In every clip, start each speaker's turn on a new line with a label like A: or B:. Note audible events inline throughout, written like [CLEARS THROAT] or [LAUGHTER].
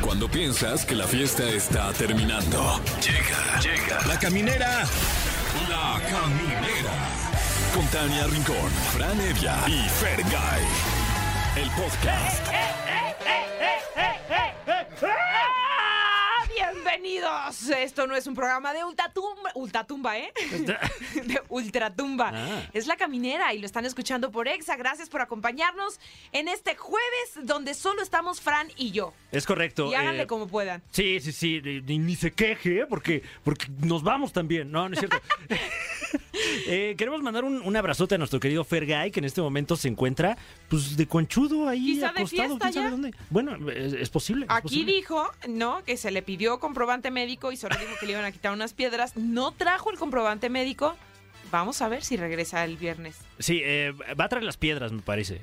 A: Cuando piensas que la fiesta está terminando. Llega, llega. La caminera. La caminera. Con Tania Rincón, Fran Evia y Fer El podcast.
B: ¡Ah! Bienvenidos. Esto no es un programa de ultratumba, ultratumba,
C: [LAUGHS]
B: ¿eh? De ultratumba.
C: Ah.
B: Es la caminera y lo están escuchando por Exa. Gracias por acompañarnos en este jueves donde solo estamos Fran y yo.
C: Es correcto.
B: Y háganle
C: eh,
B: como puedan.
C: Sí, sí, sí, ni- ni, ni se queje, ¿eh? porque, porque nos vamos también. No, no
B: [LAUGHS]
C: es cierto. Eh, queremos mandar un, un abrazote a nuestro querido Fergay, que en este momento se encuentra pues de conchudo ahí
B: Quizá de
C: acostado,
B: fiesta
C: quién sabe
B: ya.
C: dónde. Bueno, es, es posible. es
B: Aquí
C: posible.
B: dijo, ¿no? Que se le pidió comprobante médico y solo dijo que le iban a quitar unas piedras. No trajo el comprobante médico. Vamos a ver si regresa el viernes.
C: Sí, eh, va a traer las piedras, me parece.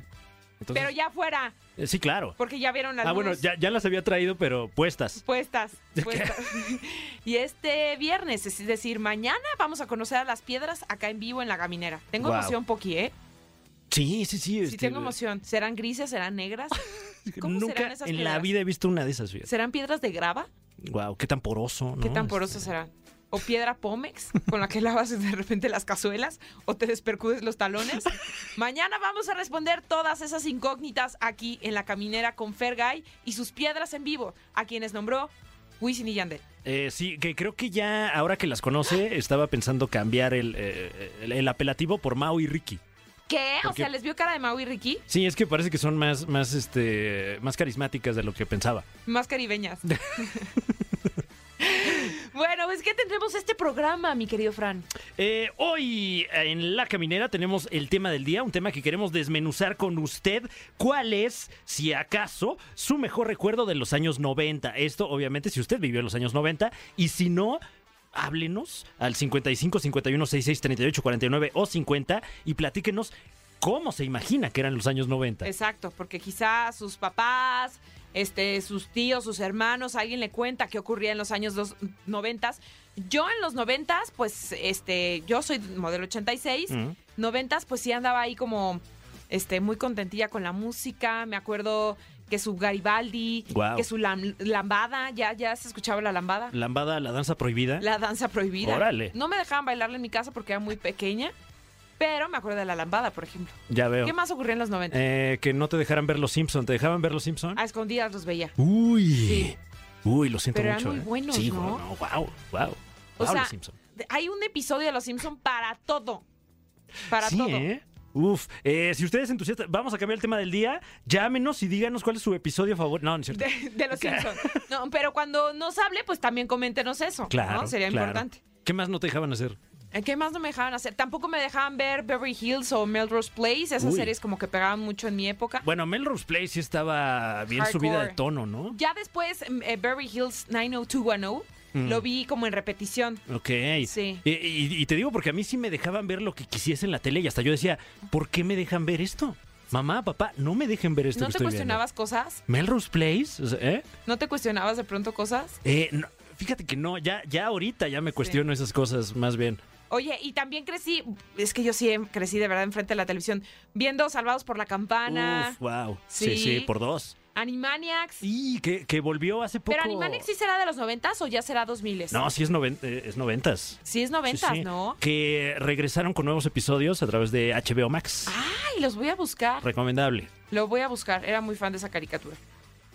C: Entonces,
B: Pero ya fuera,
C: eh, sí, claro.
B: porque ya vieron las
C: Ah, bueno, ya, ya las había traído, pero puestas.
B: Puestas,
C: ¿De qué?
B: puestas. [LAUGHS] Y este viernes, es decir, mañana vamos a conocer a las piedras acá en vivo en la caminera. Tengo
C: Guau.
B: emoción, Poqui, ¿eh?
C: Sí, sí, sí.
B: sí,
C: este,
B: tengo emoción. ¿Serán grises? ¿Serán
C: [LAUGHS]
B: negras? ¿Cómo
C: Nunca
B: serán esas
C: en la
B: piedras?
C: vida he visto una de esas.
B: ¿Serán piedras de grava?
C: Wow, qué tan poroso.
B: ¿Qué
C: ¿no?
B: tan
C: Este,
B: porosas serán? ¿O piedra pómex con la que lavas de repente las cazuelas? ¿O te despercudes los
C: [LAUGHS]
B: talones? Mañana vamos a responder todas esas incógnitas aquí en la caminera con Fergay y sus piedras en vivo, a quienes nombró Wisin y Yandel.
C: Eh, sí, que creo que ya, ahora que las conoce, estaba pensando cambiar el, eh, el, el apelativo por Mao y Ricky.
B: ¿Qué?
C: ¿Por
B: O
C: qué?
B: sea, ¿les vio cara de Mau y Ricky?
C: Sí, es que parece que son más, más, este, más carismáticas de lo que pensaba.
B: Más
C: [LAUGHS]
B: caribeñas. bueno, pues que tendremos este programa, mi querido Fran.
C: Eh, hoy eh, en La Caminera tenemos el tema del día, un tema que queremos desmenuzar con usted. ¿Cuál es, si acaso, su mejor recuerdo de los años 90? Esto, obviamente, si usted vivió en los años 90 y si no... Háblenos al 55 51 66 38 49 o 50 y platíquenos cómo se imagina que eran los años 90.
B: Exacto, porque quizá sus papás, este, sus tíos, sus hermanos, alguien le cuenta qué ocurría en los años dos- noventas. Yo en los noventas, pues, este, yo soy modelo 86.
C: Mm.
B: noventas, pues sí andaba ahí como este, muy contentilla con la música. Me acuerdo que su Garibaldi,
C: Guau.
B: que su lam- lambada, ya, ya se escuchaba la lambada.
C: Lambada, la danza prohibida.
B: La danza prohibida.
C: Órale.
B: No me dejaban bailarla en mi casa porque era muy pequeña, pero me acuerdo de la lambada, por ejemplo.
C: Ya veo.
B: ¿Qué más ocurría en los 90?
C: Eh, que no te dejaran ver los Simpson. ¿Te dejaban ver los Simpson?
B: A escondidas los veía.
C: Uy.
B: Sí.
C: Uy, lo siento
B: Pero eran
C: mucho.
B: muy
C: ¿eh?
B: buenos,
C: sí,
B: ¿no?
C: bueno, wow, wow.
B: O
C: wow,
B: sea,
C: los Simpson.
B: de- hay un episodio de Los Simpson para todo. Para
C: sí,
B: todo.
C: ¿eh? Uf, eh, si ustedes entusiastas, vamos a cambiar el tema del día. Llámenos y díganos cuál es su episodio favorito. No, no es cierto.
B: De, de Los Simpson. No, pero cuando nos hable, pues también coméntenos eso.
C: Claro.
B: ¿no? Sería
C: claro.
B: importante.
C: ¿Qué más no te dejaban hacer?
B: Eh, ¿Qué más no me dejaban hacer? Tampoco me dejaban ver Beverly Hills o Melrose Place. Esas
C: Uy.
B: series como que pegaban mucho en mi época.
C: Bueno, Melrose Place sí estaba bien
B: Hardcore.
C: subida de tono, ¿no?
B: Ya después, em, eh, Beverly Hills 90210,
C: Mm.
B: oh, lo vi como en repetición.
C: Ok.
B: Sí.
C: Y, y- y te digo porque a mí sí me dejaban ver lo que quisiese en la tele y hasta yo decía, ¿por qué me dejan ver esto? Mamá, papá, no me dejen ver esto.
B: ¿No
C: que
B: te
C: estoy
B: cuestionabas cosas?
C: Viendo. Melrose Place, o sea, ¿eh?
B: ¿No te cuestionabas de pronto cosas?
C: Eh, no, fíjate que no, ya, ya ahorita ya me cuestiono esas cosas más bien.
B: Oye, y también crecí, es que yo sí em- crecí de verdad enfrente de la televisión, viendo Salvados por la Campana,
C: Uf, wow.
B: Sí.
C: Sí, sí, por dos.
B: Animaniacs.
C: Y que, que volvió hace poco.
B: Pero Animaniacs sí será de los noventas o ya será 2000
C: No, sí es, noven- eh, es noventas.
B: Sí es
C: Sí,
B: noventas,
C: sí.
B: ¿no?
C: Que regresaron con nuevos episodios a través de HBO Max.
B: Ay, los voy a buscar.
C: Recomendable.
B: Lo voy a buscar, era muy fan de esa caricatura.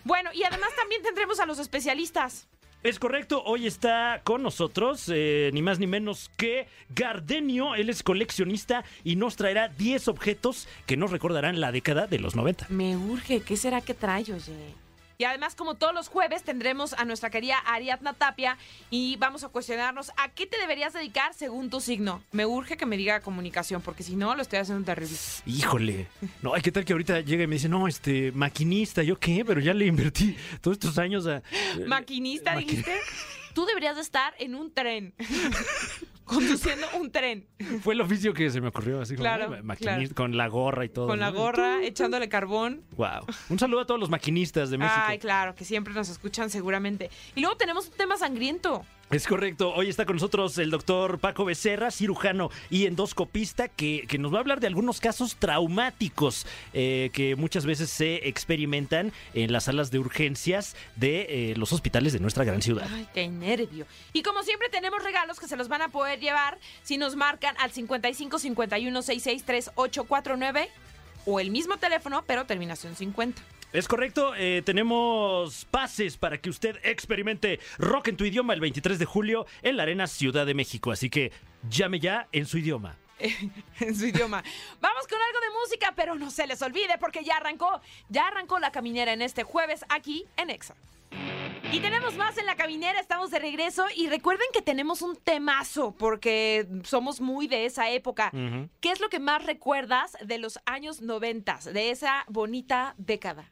B: Bueno, y además también tendremos a los especialistas.
C: Es correcto, hoy está con nosotros, eh, ni más ni menos que Gardenio. Él es coleccionista y nos traerá 10 objetos que nos recordarán la década de los 90.
B: Me urge, ¿qué será que trae, oye? Y además, como todos los jueves, tendremos a nuestra querida Ariadna Tapia y vamos a cuestionarnos a qué te deberías dedicar según tu signo. Me urge que me diga comunicación, porque si no, lo estoy haciendo terrible.
C: Híjole, no, ay, ¿qué tal que ahorita llega y me dice, no, este, maquinista, yo qué, pero ya le invertí todos estos años a...
B: Maquinista,
C: Maqui- [LAUGHS]
B: dijiste. Tú deberías de estar en un tren, [LAUGHS] conduciendo un tren,
C: Fue el oficio que se me ocurrió, así como,
B: Claro,
C: "Ah, maquinista",
B: claro.
C: con la gorra y todo.
B: con la
C: ¿no?
B: gorra, echándole carbón.
C: Wow. Un saludo a todos los maquinistas de México.
B: Ay, claro, que siempre nos escuchan seguramente. Y luego tenemos un tema sangriento.
C: Es correcto. Hoy está con nosotros el doctor Paco Becerra, cirujano y endoscopista, que, que nos va a hablar de algunos casos traumáticos eh, que muchas veces se experimentan en las salas de urgencias de eh, los hospitales de nuestra gran ciudad.
B: Ay, qué nervio. Y como siempre tenemos regalos que se los van a poder llevar si nos marcan al 55 51 66 3849 o el mismo teléfono, pero terminación 50.
C: Es correcto, eh, tenemos pases para que usted experimente rock en tu idioma el 23 de julio en la Arena Ciudad de México, así que llame ya en su idioma.
B: [LAUGHS] en su idioma. Vamos con algo de música, pero no se les olvide porque ya arrancó, ya arrancó la caminera en este jueves aquí en Exa. Y tenemos más en la caminera, estamos de regreso y recuerden que tenemos un temazo porque somos muy de esa época.
C: Ujú.
B: ¿Qué es lo que más recuerdas de los años 90, de esa bonita década?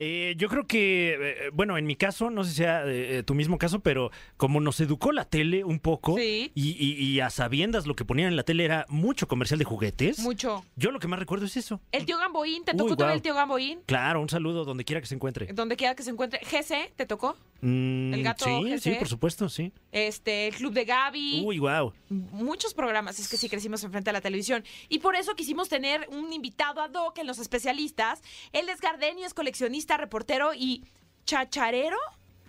C: Eh, yo creo que, eh, bueno, en mi caso, no sé si sea eh, eh, tu mismo caso, pero como nos educó la tele un poco
B: Sí.
C: y, y- y a sabiendas lo que ponían en la tele era mucho comercial de juguetes,
B: Mucho.
C: yo lo que más recuerdo es eso.
B: El tío Gamboín, ¿te
C: Uy,
B: tocó
C: guau.
B: también el tío Gamboín?
C: Claro, un saludo donde quiera que se encuentre.
B: Donde quiera que se encuentre. GC, ¿te tocó?
C: Mm,
B: gato
C: sí,
B: GC.
C: sí, por supuesto, sí.
B: Este, el Club de Gaby.
C: Uy, wow.
B: muchos programas, es que sí crecimos enfrente a la televisión. Y por eso quisimos tener un invitado ad hoc en los especialistas. Él es Gardenio, es coleccionista, reportero y chacharero.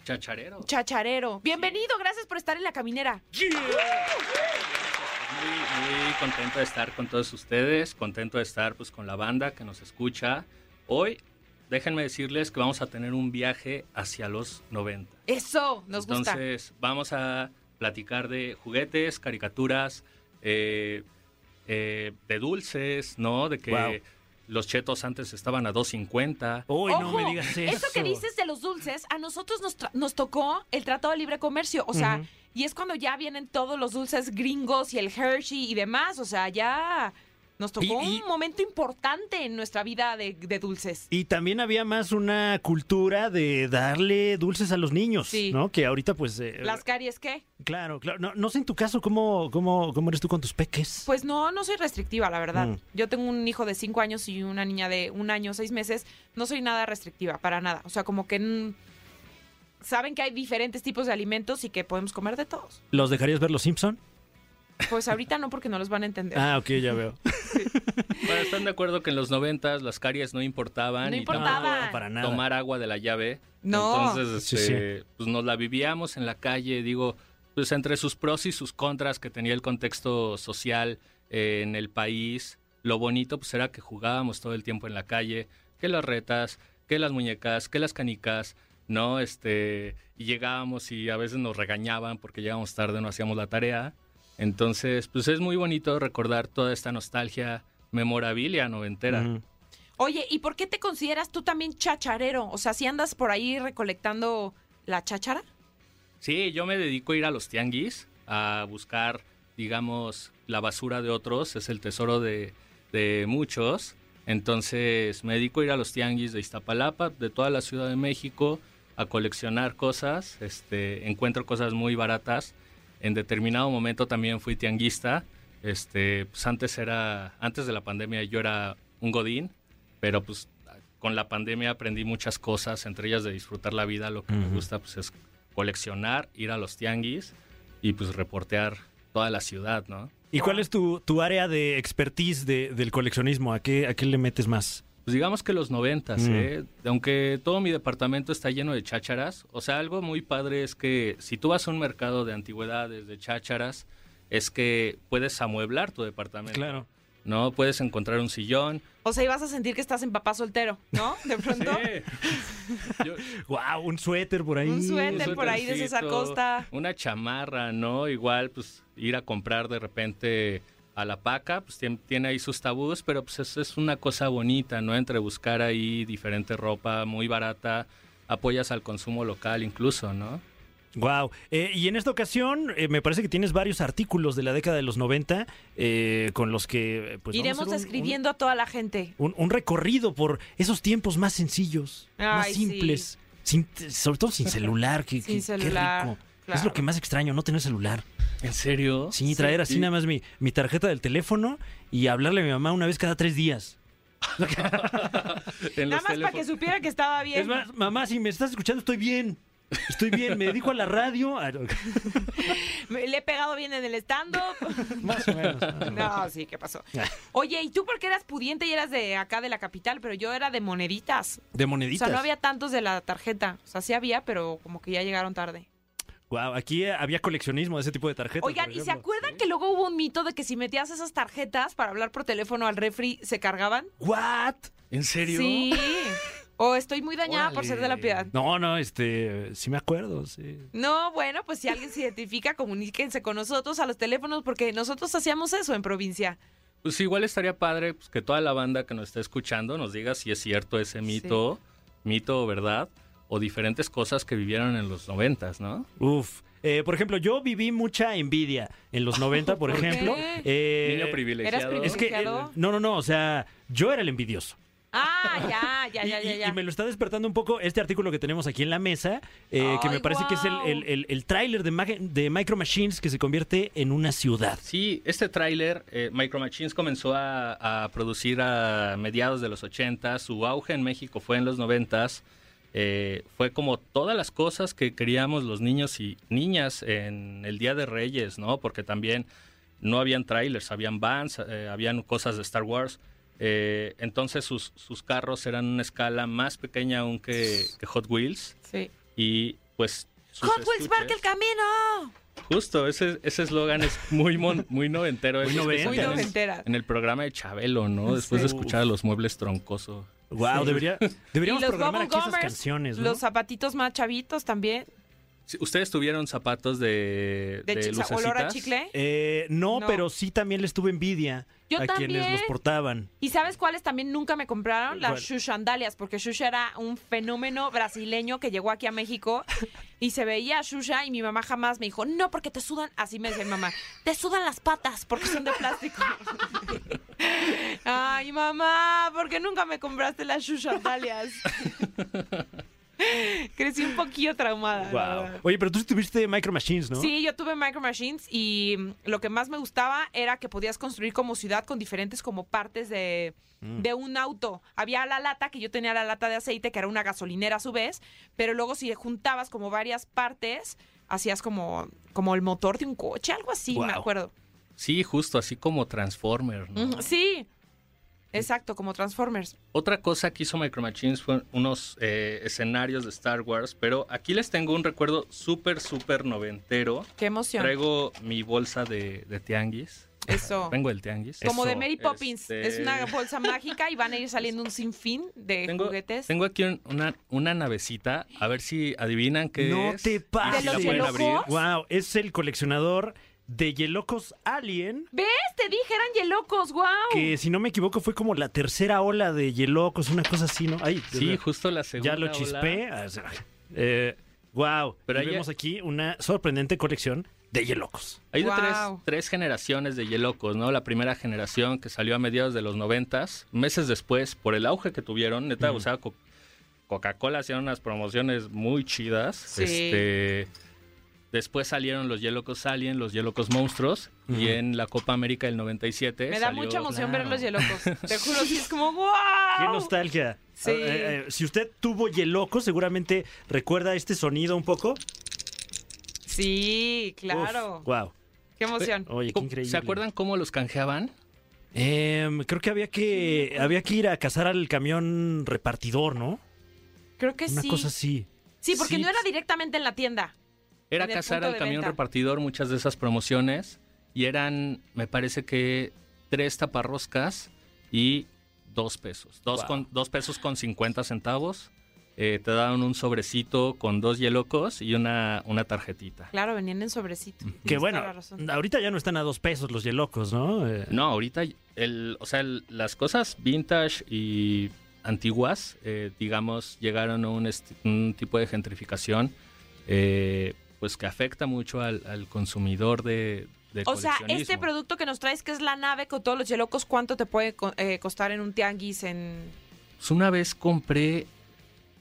D: Chacharero. Pues
B: Chacharero. Bienvenido, gracias por estar en la caminera.
D: Muy, muy contento de estar con todos ustedes, contento de estar pues con la banda que nos escucha. Hoy, déjenme decirles que vamos a tener un viaje hacia los 90.
B: Eso, nos gusta.
D: Entonces, vamos a platicar de juguetes, caricaturas, eh, eh, de dulces, ¿no? De que
C: Wow.
D: los chetos antes estaban a 2.50.
C: Uy, no
B: Ojo,
C: me digas eso.
B: que dices de los dulces, a nosotros nos, tra- nos tocó el Tratado de Libre Comercio, o sea,
C: Ujú.
B: y es cuando ya vienen todos los dulces gringos y el Hershey y demás, o sea, ya nos tocó
C: Y- y-
B: un momento importante en nuestra vida de, de dulces.
C: Y también había más una cultura de darle dulces a los niños,
B: Sí.
C: ¿no? Que ahorita pues... eh,
B: ¿Las caries qué?
C: Claro, claro. No, no sé en tu caso cómo, cómo, cómo eres tú con tus peques.
B: Pues no, no soy restrictiva, la verdad.
C: Mm.
B: Yo tengo un hijo de cinco años y una niña de un año, seis meses. No soy nada restrictiva, para nada. O sea, como que mm, saben que hay diferentes tipos de alimentos y que podemos comer de todos.
C: ¿Los dejarías ver los Simpson?
B: Pues ahorita no, porque no los van a entender.
C: Ah, ok, ya
B: [LAUGHS]
C: veo.
D: Bueno, ¿Están de acuerdo que en los 90 las caries no importaban?
B: No
D: y tampoco
B: importaba.
C: No, para nada.
D: tomar agua de la llave.
B: No.
D: Entonces,
C: Sí,
D: este, pues nos la vivíamos en la calle, digo, pues entre sus pros y sus contras que tenía el contexto social eh, en el país, lo bonito pues era que jugábamos todo el tiempo en la calle, que las retas, que las muñecas, que las canicas, ¿no? Este, y llegábamos y a veces nos regañaban porque llegábamos tarde, no hacíamos la tarea. Entonces, pues es muy bonito recordar toda esta nostalgia memorabilia noventera.
C: Ujú.
B: Oye, ¿y por qué te consideras tú también chacharero? O sea, si andas por ahí recolectando la cháchara.
D: Sí, yo me dedico a ir a los tianguis, a buscar, digamos, la basura de otros, es el tesoro de, de muchos. Entonces me dedico a ir a los tianguis de Iztapalapa, de toda la Ciudad de México, a coleccionar cosas, este, encuentro cosas muy baratas. En determinado momento también fui tianguista. Este, pues antes era, antes de la pandemia yo era un godín, pero pues con la pandemia aprendí muchas cosas, entre ellas de disfrutar la vida. Lo que me
C: Ujú.
D: gusta pues es coleccionar, ir a los tianguis y pues reportear toda la ciudad, ¿no?
C: ¿Y cuál es tu, tu área de expertise de- del coleccionismo? ¿A qué, ¿A qué le metes más?
D: Pues digamos que los noventas,
C: Mm.
D: ¿eh? Aunque todo mi departamento está lleno de chácharas, o sea, algo muy padre es que si tú vas a un mercado de antigüedades, de chácharas, es que puedes amueblar tu departamento,
C: Claro.
D: ¿no? Puedes encontrar un sillón.
B: O sea, y vas a sentir que estás en papá soltero, ¿no?
C: [LAUGHS]
B: De pronto.
C: Pues
D: Yo-
C: ¡Wow! Un suéter por ahí.
B: Un suéter
D: un
B: por ahí de César
D: suétercito,
B: Costa.
D: Una chamarra, ¿no? Igual, pues, ir a comprar de repente a la paca, pues tien- tiene ahí sus tabús, pero pues es, es una cosa bonita, ¿no? Entre buscar ahí diferente ropa muy barata, apoyas al consumo local incluso, ¿no?
C: Wow. Eh, y en esta ocasión eh, me parece que tienes varios artículos de la década de los 90 eh, con los que eh, pues, vamos a
B: Iremos
C: hacer un-
B: escribiendo a toda la gente.
C: Un, un recorrido por esos tiempos más sencillos, más
B: Ay, sí.
C: simples, sin- sobre
B: [LAUGHS]
C: todo sin celular, que,
B: Sin
C: que- qué
B: celular,
C: rico.
B: claro.
C: Es lo que más extraño, no tener celular.
D: ¿En serio?
C: Sí, traer así nada más mi, mi tarjeta del teléfono y hablarle a mi mamá una vez cada tres días.
D: En
B: Nada
D: los
B: más para
D: teléfonos.
B: que supiera que estaba bien.
C: Es más, mamá, si me estás escuchando, estoy bien. Estoy bien, me dedico a la radio. Ah, no, [LAUGHS]
B: Me- Le he pegado bien en el stand-up.
C: Más o menos. más o menos.
B: No, sí, ¿qué pasó? Oye, ¿y tú por qué eras pudiente y eras de acá de la capital? Pero yo era de moneditas.
C: De
B: O
C: moneditas.
B: sea, no había tantos de la tarjeta. O sea, sí había, pero como que ya llegaron tarde.
C: Guau, aquí había coleccionismo de ese tipo de tarjetas.
B: Oigan,
C: por
B: ¿y se
C: ejemplo.
B: acuerdan que luego hubo un mito de que si metías esas tarjetas para hablar por teléfono al refri, se cargaban?
C: ¿What?
D: ¿En serio?
B: Sí. O estoy muy dañada por ser de la
D: Órale.
B: piedad.
C: No, no, este, sí me acuerdo, sí.
B: No, bueno, pues si alguien se identifica, comuníquense con nosotros a los teléfonos porque nosotros hacíamos eso en provincia.
D: Pues igual estaría padre pues, que toda la banda que nos está escuchando nos diga si es cierto ese mito, mito o verdad, o diferentes cosas que vivieron en los noventas, ¿no?
C: Uf. Eh, por ejemplo, yo viví mucha envidia en los 90,
B: [LAUGHS]
C: por
B: ¿Por qué?
C: ejemplo. Eh,
D: Niño privilegiado.
B: eras
C: Es que, eh,
B: Privilegiado.
C: no, no, no, o sea, yo era el envidioso.
B: Ah, ya, ya, ya,
C: Y- y,
B: ya. ya.
C: y me lo está despertando un poco este artículo que tenemos aquí en la mesa, eh, que
B: Ay,
C: me parece que es el,
B: guau.
C: el, el- el tráiler de, Mag- de Micro Machines que se convierte en una ciudad.
D: Sí, este tráiler, eh, Micro Machines comenzó a, a producir a mediados de los 80, su auge en México fue en los 90, eh, fue como todas las cosas que queríamos los niños y niñas en el Día de Reyes, ¿no? Porque también no habían trailers, habían vans, eh, habían cosas de Star Wars. eh, entonces sus, sus carros eran una escala más pequeña aún que, que Hot Wheels
B: Sí.
D: y pues... sus
B: Hot Wheels
D: estuches-
B: marca el camino.
D: Justo, ese ese eslogan es muy mon- muy noventero.
C: Muy
D: esos que
C: noventa.
B: Muy
D: salían en-
B: noventera.
D: En el programa de Chabelo, ¿no? Después de escuchar a los muebles troncoso.
C: Wow,
B: Sí.
D: [LAUGHS]
C: debería, deberíamos
B: Y los
C: programar
B: Bubble
C: aquí esas
B: Gummers,
C: canciones, ¿no?
B: Los zapatitos más chavitos también.
D: Sí, ¿Ustedes tuvieron zapatos de,
B: De, chi-
D: lucecitas?
B: olor a chicle.
C: Eh, no,
B: No.
C: pero sí también les tuve envidia
B: Yo
C: a quienes
B: también.
C: los portaban.
B: ¿Y sabes cuáles también nunca me compraron? Las
C: Eh, ¿Cuál?
B: Shushandalias, porque Shusha era un fenómeno brasileño que llegó aquí a México y se veía a Shusha y mi mamá jamás me dijo, no, porque te sudan, así me decía mi mamá, te sudan las patas porque son de
C: [LAUGHS]
B: plástico. Ay, mamá, ¿por qué nunca me compraste las
C: [LAUGHS]
B: Shushandalias? Crecí un poquillo traumada. la
C: Wow.
B: verdad.
C: Oye, pero tú sí tuviste Micro Machines, ¿no?
B: Sí, yo tuve Micro Machines y mm, lo que más me gustaba era que podías construir como ciudad con diferentes como partes de,
C: Mm.
B: de un auto. Había la lata, que yo tenía la lata de aceite, que era una gasolinera a su vez, pero luego si juntabas como varias partes, hacías como, como el motor de un coche, algo así, me
C: Guau.
B: acuerdo.
D: Sí, justo, así como Transformer, ¿no?
B: Ujú, Sí, exacto, como Transformers.
D: Otra cosa que hizo Micro Machines fue unos eh, escenarios de Star Wars, pero aquí les tengo un recuerdo súper, súper noventero.
B: Qué emoción.
D: Traigo mi bolsa de, de tianguis. [LAUGHS]
B: Eso.
D: Vengo del tianguis.
B: Oh. Como
C: Eso,
B: de Mary Poppins.
D: este-
B: Es una bolsa mágica y van a ir saliendo un sinfín de
D: Tengo,
B: eh, juguetes.
D: tengo aquí un- una, una navecita, a ver si adivinan qué
C: No
D: es.
C: te
D: y si
C: pases.
D: la
B: ¿De los
D: pueden
B: Yelocos?
D: abrir.
C: Wow, es el coleccionador de Yelocos Alien.
B: ¿Ves? Te dije, eran yelocos, wow.
C: Que si no me equivoco fue como la tercera ola de Yelocos, una cosa así, ¿no? Ay, de
D: Sí,
C: verdad.
D: justo la segunda.
C: ya lo
D: ola.
C: chispé. Ah, wow.
D: Pero
C: Pero
D: ahí-
C: Eh, vemos aquí una sorprendente colección de Yelocos.
D: Hay de tres,
B: Guau.
D: tres generaciones de Yelocos, ¿no? La primera generación que salió a mediados de los noventas, meses después, por el auge que tuvieron, neta,
C: Ujú.
D: o sea, Co- Coca-Cola hacían unas promociones muy chidas.
B: Sí.
D: Este, después salieron los Yelocos Alien, los Yelocos Monstruos, y
C: Ujú.
D: en la Copa América del 97
B: Me da
D: salió-
B: mucha emoción
C: claro.
B: ver los yelocos.
C: [LAUGHS]
B: Te juro, sí, es como wow.
C: ¡Qué nostalgia!
B: Sí.
C: Eh, eh, si usted tuvo Yelocos, seguramente recuerda este sonido un poco.
B: Sí, claro.
C: wow.
B: Qué emoción.
C: Oye, qué
D: ¿Cómo-
C: increíble.
D: ¿Se acuerdan cómo los canjeaban?
C: Em, creo que había que había que ir a cazar al camión repartidor, ¿no?
B: Creo que
C: Una
B: sí.
C: cosa así.
B: Sí, porque
D: sí,
B: no era
D: pues-
B: directamente en la tienda.
D: Era
B: En el
D: cazar
B: punto
D: al
B: de
D: camión
B: venta.
D: repartidor muchas de esas promociones y eran, me parece que, tres taparroscas y dos pesos. Dos,
C: Wow.
D: con, dos pesos con 50 centavos. Eh, te daban un sobrecito con dos hielocos y una, una tarjetita.
B: Claro, venían en sobrecito.
C: Mm. Que
B: Tienes
C: bueno,
B: toda la razón.
C: ahorita ya no están a dos pesos los Yelocos, ¿no? Eh,
D: No, ahorita, el, o sea, el- las cosas vintage y antiguas, eh, digamos, llegaron a un, esti- un tipo de gentrificación, eh, pues que afecta mucho al, al consumidor de, de
B: O sea, este
D: coleccionismo.
B: producto que nos traes, que es la nave con todos los yelocos, ¿cuánto te puede co- eh, costar en un tianguis? En...
D: Pues una vez compré.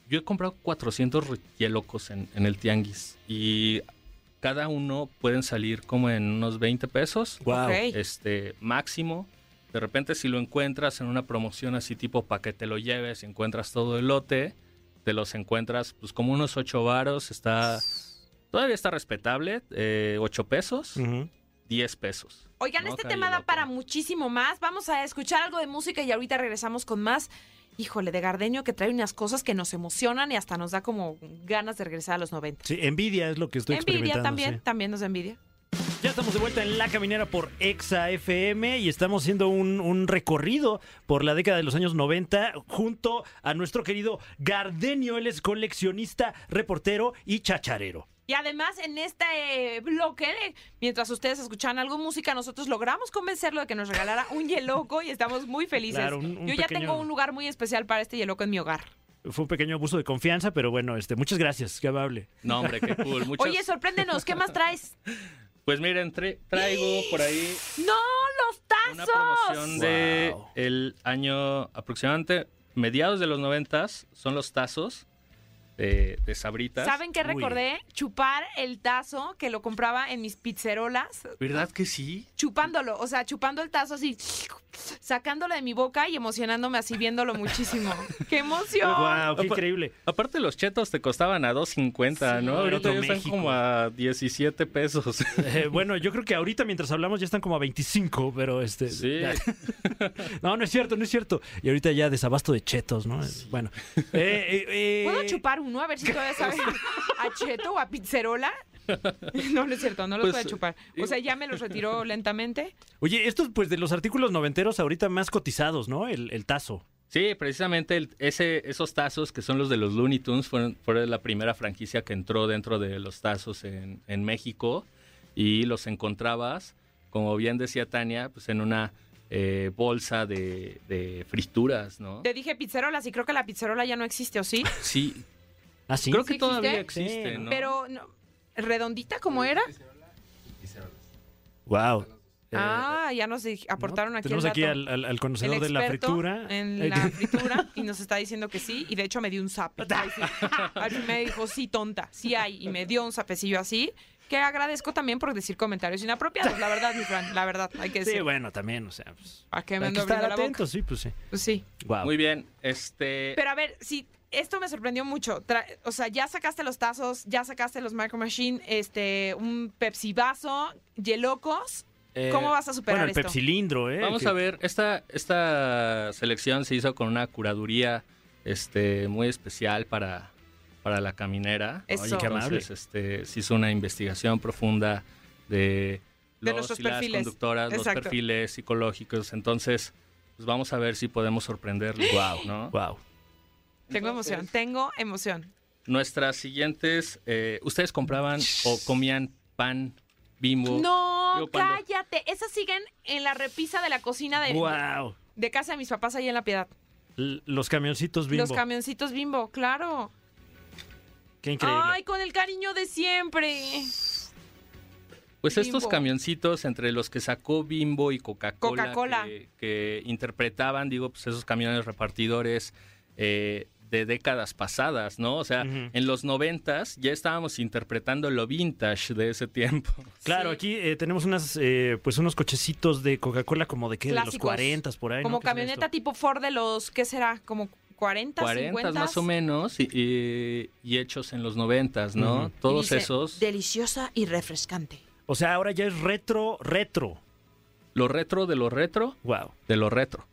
D: Yo he comprado 400 re- hielocos en, en el tianguis. Y cada uno pueden salir como en unos 20 pesos.
C: Wow.
B: Ok.
D: Este máximo. De repente, si lo encuentras en una promoción así tipo para que te lo lleves y encuentras todo el lote, te los encuentras pues como unos 8 varos, está todavía está respetable, eh, 8 pesos,
C: Mm.
D: 10 pesos.
B: Oigan,
D: ¿no?
B: este
D: Calle
B: tema da
D: Loca.
B: para muchísimo más. Vamos a escuchar algo de música y ahorita regresamos con más. Híjole, de Gardeño que trae unas cosas que nos emocionan y hasta nos da como ganas de regresar a los 90.
C: Sí, envidia es lo que estoy
B: envidia
C: experimentando.
B: también,
C: sí.
B: también nos da envidia.
C: Ya estamos de vuelta en La Caminera por Exa FM y estamos haciendo un, un recorrido por la década de los años 90 junto a nuestro querido Gardenio. Él es coleccionista, reportero y chacharero.
B: Y además, en este eh, bloque, eh, mientras ustedes escuchaban algo de música, nosotros logramos convencerlo de que nos regalara un yeloco y estamos muy felices.
C: Claro, un- un
B: Yo ya
C: pequeño-
B: tengo un lugar muy especial para este yeloco en mi hogar.
C: Fue un pequeño abuso de confianza, pero bueno, este, muchas gracias, qué amable.
D: No, hombre, qué
B: [LAUGHS]
D: cool. Muchas,
B: Oye, sorpréndenos, ¿qué más
C: [LAUGHS]
B: traes?
D: pues miren, tra- traigo por ahí
B: ¡No, los
D: una
B: tazos!
D: promoción de
C: Wow.
D: el año aproximadamente mediados de los noventas son los tazos de, de sabritas.
B: ¿Saben qué
C: Uy.
B: recordé? Chupar el tazo que lo compraba en mis pizzerolas,
D: ¿Verdad que sí?
B: chupándolo, o sea, chupando el tazo así, sacándolo de mi boca y emocionándome así viéndolo muchísimo. ¡Qué emoción!
C: Wow, qué
D: Apa-
C: increíble.
D: Aparte los chetos te costaban a 2.50,
C: Sí,
D: ¿no? Ahorita
C: otro
D: ya están
C: México.
D: como a 17 pesos. [LAUGHS]
C: Eh, bueno, yo creo que ahorita mientras hablamos ya están como a 25, pero este. [LAUGHS]
D: Sí.
C: No, no es cierto, no es cierto. Y ahorita ya desabasto de chetos, ¿no?
D: [LAUGHS]
C: Bueno. eh, eh, eh,
B: ¿Puedo chupar uno? A ver si todavía
C: [LAUGHS]
B: sabe a cheto o a pizzerola. No, no es cierto, no los
D: Pues,
C: eh,
B: puedo chupar. O sea, ya me los
C: [LAUGHS]
B: retiró lentamente.
C: Oye, estos pues de los artículos noventeros ahorita más cotizados, ¿no? El, el tazo.
D: Sí, precisamente el- ese, esos tazos que son los de los Looney Tunes fueron, fueron la primera franquicia que entró dentro de los tazos en, en México y los encontrabas, como bien decía Tania, pues en una eh, bolsa de, de frituras, ¿no?
B: Te dije pizzerolas y creo que la pizzerola ya no existe, ¿o sí?
D: Sí,
C: ¿Ah, sí?
D: creo que
B: ¿Sí
D: todavía
C: existe?
D: existe,
C: Sí,
D: ¿no?
B: Pero, no- ¿redondita como era?
C: Wow.
B: ah, ya nos di- aportaron aquí el
C: Eh, Tenemos
B: dato.
C: aquí al, al- al
B: El
C: conocedor de la
B: experto
C: fritura.
B: En
C: Eh,
B: la [LAUGHS]
C: [LAUGHS]
B: fritura y nos está diciendo que sí. Y de hecho me dio un zap. Ay, sí. Al fin me dijo, sí, tonta, sí hay. Y me dio un zapecillo así. Que agradezco también por decir comentarios inapropiados, la verdad, mi Fran, la verdad, hay que
C: Sí,
B: decir.
C: bueno, también, o sea, pues,
B: ¿A qué me
C: hay
B: ando abriendo
C: que estar
B: la boca?
C: atentos, sí, pues sí.
B: Pues sí.
C: Wow.
D: Muy bien, este...
B: Pero a ver, sí, esto me sorprendió mucho. Tra- o sea, ya sacaste los tazos, ya sacaste los Micro Machine, este, un Pepsi vaso, Yelocos.
D: eh,
B: ¿Cómo vas a superar
C: Eh, Bueno, el
B: esto?
C: pepsilindro, ¿eh?
D: Vamos
C: Que-
D: a ver, esta, esta selección se hizo con una curaduría este, muy especial para, para la caminera.
B: Eso.
C: Oye, qué amable.
D: Entonces, este, se hizo una investigación profunda de
B: De
D: los
B: nuestros
D: y las
B: perfiles.
D: conductoras,
B: Exacto.
D: los perfiles psicológicos. Entonces, pues vamos a ver si podemos sorprenderlos. Wow, ¿no?
C: Wow.
B: Tengo
C: pues.
B: emoción, tengo emoción.
D: Nuestras siguientes, eh, ¿ustedes compraban o comían pan bimbo?
B: No,
D: Digo, cuando-
B: cállate. Esas siguen en la repisa de la cocina de,
C: Wow.
B: de casa de mis papás ahí en La Piedad.
C: L- Los camioncitos bimbo.
B: Los camioncitos bimbo, claro.
C: Qué increíble.
B: Ay, con el cariño de siempre.
D: Pues estos
B: Bimbo.
D: camioncitos entre los que sacó Bimbo y Coca-Cola,
B: Coca-Cola.
D: Que, que interpretaban, digo, pues esos camiones repartidores eh, de décadas pasadas, ¿no? O sea,
C: Ujú.
D: en los noventas ya estábamos interpretando lo vintage de ese tiempo.
C: Claro,
B: Sí.
C: aquí eh, tenemos unas, eh, pues unos cochecitos de Coca-Cola como de qué, de los
B: Clásicos.
C: 40 por ahí.
B: Como
C: ¿no? ¿Qué será
B: camioneta
C: esto?
B: tipo Ford de los, ¿qué será? Como 40,
D: 40
B: 50.
D: más o menos y, y- y hechos en los noventas, ¿no?
C: Ujú.
B: Y
D: Todos
B: dice,
D: esos.
B: Deliciosa y refrescante.
C: O sea, ahora ya es retro, retro.
D: Lo retro de lo retro
C: Wow.
D: de lo retro.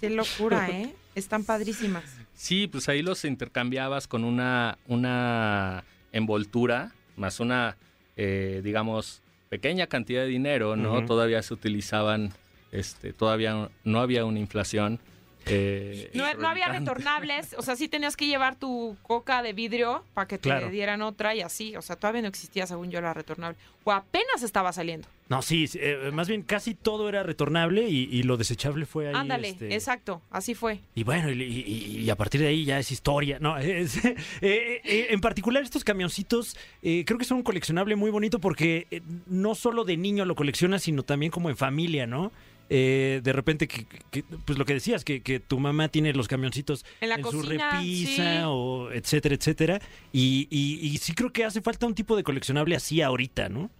B: Qué locura, ¿eh? Están
C: [LAUGHS]
B: padrísimas.
D: Sí, pues ahí los intercambiabas con una, una envoltura, más una, eh, digamos, pequeña cantidad de dinero, ¿no?
C: Ujú.
D: Todavía se utilizaban, este, todavía no había una inflación. eh,
B: No, no había
D: exorbitante.
B: retornables, o sea, sí tenías que llevar tu coca de vidrio para que te
C: Claro.
B: dieran otra y así, o sea, todavía no existía, según yo, la retornable. O apenas estaba saliendo.
C: No, sí, sí, eh, más bien casi todo era retornable y, y lo desechable fue ahí.
B: Ándale,
C: este,
B: exacto, así fue.
C: Y bueno, y, y- y a partir de ahí ya es historia. No, [LAUGHS] es- eh, eh, en particular estos camioncitos eh, creo que son un coleccionable muy bonito porque eh, no solo de niño lo coleccionas, sino también como en familia, ¿no? Eh, de repente, que, que- pues lo que decías, que, que tu mamá tiene los camioncitos
B: En la
C: su
B: cocina,
C: repisa,
B: sí.
C: o etcétera, etcétera. Y, y- y sí creo que hace falta un tipo de coleccionable así ahorita, ¿no?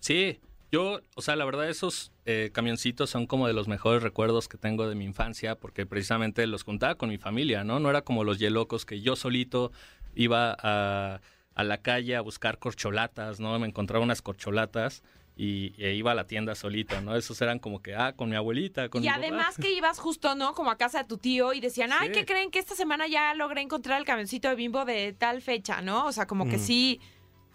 D: Sí, Yo, o sea, la verdad, esos eh, camioncitos son como de los mejores recuerdos que tengo de mi infancia, porque precisamente los juntaba con mi familia, ¿no? No era como los yelocos que yo solito iba a, a la calle a buscar corcholatas, ¿no? Me encontraba unas corcholatas y e iba a la tienda solita, ¿no? Esos eran como que, ah, con mi abuelita, con
B: Y
D: mi papá.
B: además que ibas justo, ¿no? Como a casa de tu tío y decían, ay,
D: Sí.
B: ¿qué creen que esta semana ya logré encontrar el camioncito de bimbo de tal fecha, ¿no? O sea, como que
C: Mm.
B: sí,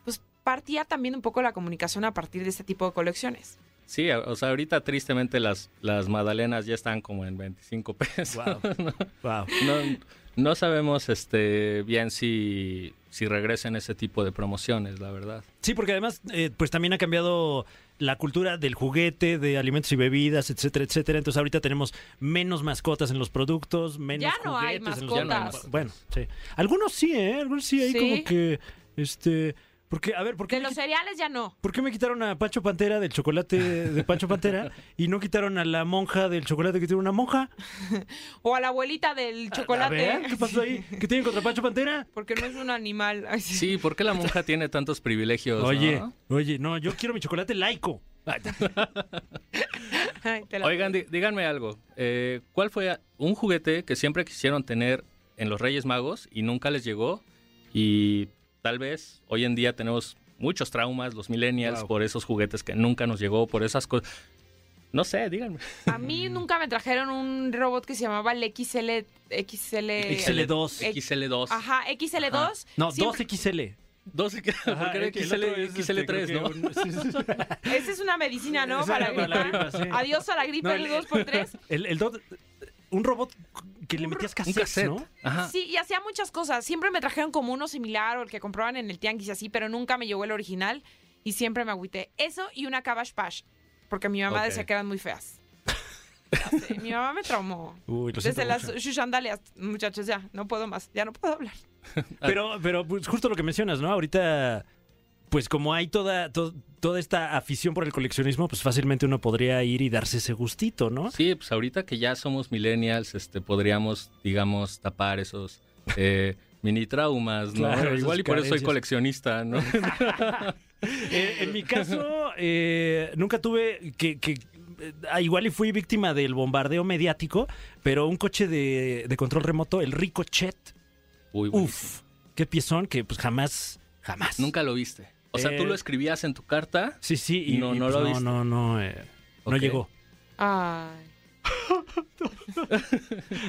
B: pues partía también un poco la comunicación a partir de este tipo de colecciones.
D: Sí, a- o sea, ahorita tristemente las, las magdalenas ya están como en 25 pesos.
C: Wow. wow.
D: No, no sabemos este, bien si, si regresen ese tipo de promociones, la verdad.
C: Sí, porque además, eh, pues también ha cambiado la cultura del juguete, de alimentos y bebidas, etcétera, etcétera. Entonces ahorita tenemos menos mascotas en los productos, menos
B: Ya no hay
C: juguetes en los
D: Ya no hay
B: mascotas.
C: Bueno, sí. Algunos sí, ¿eh? Algunos sí hay
B: Sí.
C: como que, este, porque, a ver, ¿por qué,
B: De
C: me,
B: los e-
C: qui-
B: cereales ya no.
C: por qué me quitaron a Pancho Pantera del chocolate de Pancho Pantera y no quitaron a la monja del chocolate que tiene una monja?
B: O a la abuelita del
C: A ver,
B: chocolate.
C: ¿qué pasó ahí? ¿Qué tienen contra Pancho Pantera?
B: [LAUGHS] Porque no es un animal. Ay, sí.
D: Sí, ¿por qué la monja tiene tantos privilegios? no?
C: Oye, oye, no, yo quiero mi chocolate laico.
B: Ay, te la-
D: Oigan, di- díganme algo. eh, ¿Cuál fue un juguete que siempre quisieron tener en los Reyes Magos y nunca les llegó? Y tal vez hoy en día tenemos muchos traumas, los millennials,
C: Wow.
D: por esos juguetes que nunca nos llegó, por esas cosas. No
C: [LAUGHS]
D: sé, díganme.
B: A mí nunca me trajeron un robot que se llamaba el XL... XL...
C: XL2.
D: XL2.
B: Ajá, XL2.
C: No,
B: Siempre-
C: 2XL.
D: 12,
C: Ajá,
D: porque era
C: el que- el
D: XL,
C: otro es, este,
D: XL3,
C: creo
D: ¿no?
C: que un- sí, sí, sí.
B: Esa es una medicina, ¿no?
C: Esa
B: Para
C: era para la
B: gripa.
C: gripa, sí.
B: Adiós a la gripe
C: No,
B: el
C: el-
B: 2x3.
C: El, el dot- un robot que le
B: Un
C: metías
D: Un
C: cassettes,
D: cassette.
C: ¿no?
D: Ajá.
B: Sí, y hacía muchas cosas. Siempre me trajeron como uno similar o el que compraban en el tianguis y así, pero nunca me llegó el original y siempre me agüité. Eso y una Cabash Pash, porque mi mamá
D: Ok.
B: decía que eran muy
D: [LAUGHS]
B: feas. Ya sé, mi mamá me traumó.
C: Uy,
D: Pues
C: lo siento
B: Desde las
C: mucho.
B: shushantalias, muchachos, ya, no puedo más, ya no puedo hablar.
C: Pero, pero pues, justo lo que mencionas, ¿no? Ahorita, pues como hay toda, to- toda esta afición por el coleccionismo, pues fácilmente uno podría ir y darse ese gustito, ¿no?
D: Sí, pues ahorita que ya somos millennials, este, podríamos, digamos, tapar esos eh,
C: [LAUGHS]
D: mini traumas, ¿no?
C: Claro, esas
D: Igual y por eso soy
C: carencias. [LAUGHS]
D: coleccionista, ¿no?
C: Eh, en mi caso, eh, nunca tuve que... que- eh, ah, igual y fui víctima del bombardeo mediático, pero un coche de, de control remoto, el Ricochet,
D: Uy, buenísimo.
C: uf, qué piezón que pues jamás, jamás.
D: Nunca lo viste. O sea, tú
C: Eh,
D: lo escribías en tu carta.
C: Sí, sí, y
D: No,
C: y,
D: no
C: pues,
D: lo
C: no,
D: viste.
C: no, no, eh, no
D: Ok.
C: llegó.
B: Ay.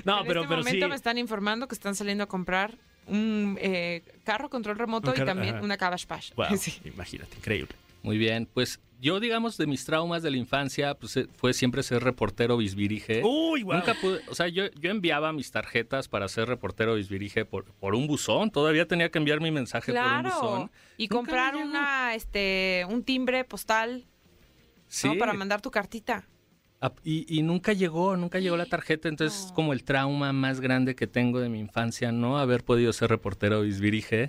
C: No,
B: en
C: pero,
B: este
C: pero
B: momento [LAUGHS]
C: sí.
B: me están informando que están saliendo a comprar un eh, carro control remoto
C: Un
B: y
C: carro,
B: también
C: ajá.
B: una Cabash Pash. [LAUGHS]
C: Wow,
B: Sí.
C: imagínate, increíble.
D: Muy bien. Pues yo, digamos, de mis traumas de la infancia, pues eh, fue siempre ser reportero bisbirige.
C: Uy, Uh, wow.
D: ¿Eh? Nunca pude, o sea, yo, yo enviaba mis tarjetas para ser reportero bisbirige por, por un buzón. Todavía tenía que enviar mi mensaje por un
B: Claro.
D: buzón.
B: Y
D: Nunca me
B: comprar
D: llegó.
B: una, este, un timbre postal,
D: Sí.
B: ¿no? Para mandar tu cartita.
D: Ah, Y, y nunca llegó, nunca llegó la tarjeta, entonces es
B: No.
D: como el trauma más grande que tengo de mi infancia, no haber podido ser
B: [LAUGHS]
D: reportero bisbirige.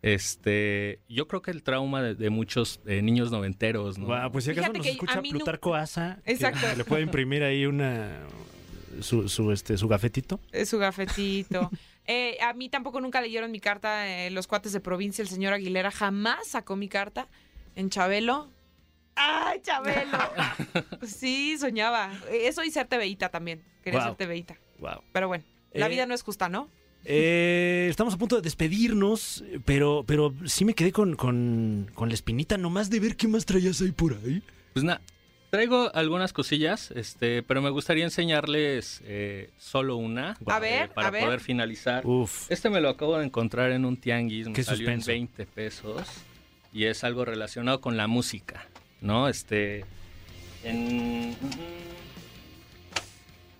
D: Este, yo creo que el trauma de, de muchos eh, niños noventeros, ¿no?
C: Guau, pues si acaso
B: Fíjate
C: nos
B: que a
C: escucha
B: mí nu-
C: Plutarco Asa, que
B: Exacto.
C: le puede imprimir ahí una su, su este su gafetito.
B: Eh, Su gafetito. [LAUGHS] Eh, a mí tampoco nunca leyeron mi carta eh, los cuates de provincia. El señor Aguilera jamás sacó mi carta en Chabelo. ¡Ay,
D: [LAUGHS]
B: Chabelo! sí, soñaba. Eso y ser TVita también. Quería
C: Guau.
B: ser TVita.
C: Wow.
B: Pero bueno, la
C: Eh,
B: vida no es justa, ¿no?
C: estamos a punto de despedirnos, pero, pero sí me quedé con, con, con la espinita nomás de ver qué más traías ahí por ahí.
D: Pues nada, traigo algunas cosillas, este, pero me gustaría enseñarles eh, solo una eh,
B: A ver,
D: para
B: a ver.
D: poder finalizar.
C: Uf.
D: Este me lo acabo de encontrar en un tianguis, me
C: Qué
D: salió
C: suspenso.
D: en 20 pesos y es algo relacionado con la música, ¿no? Este en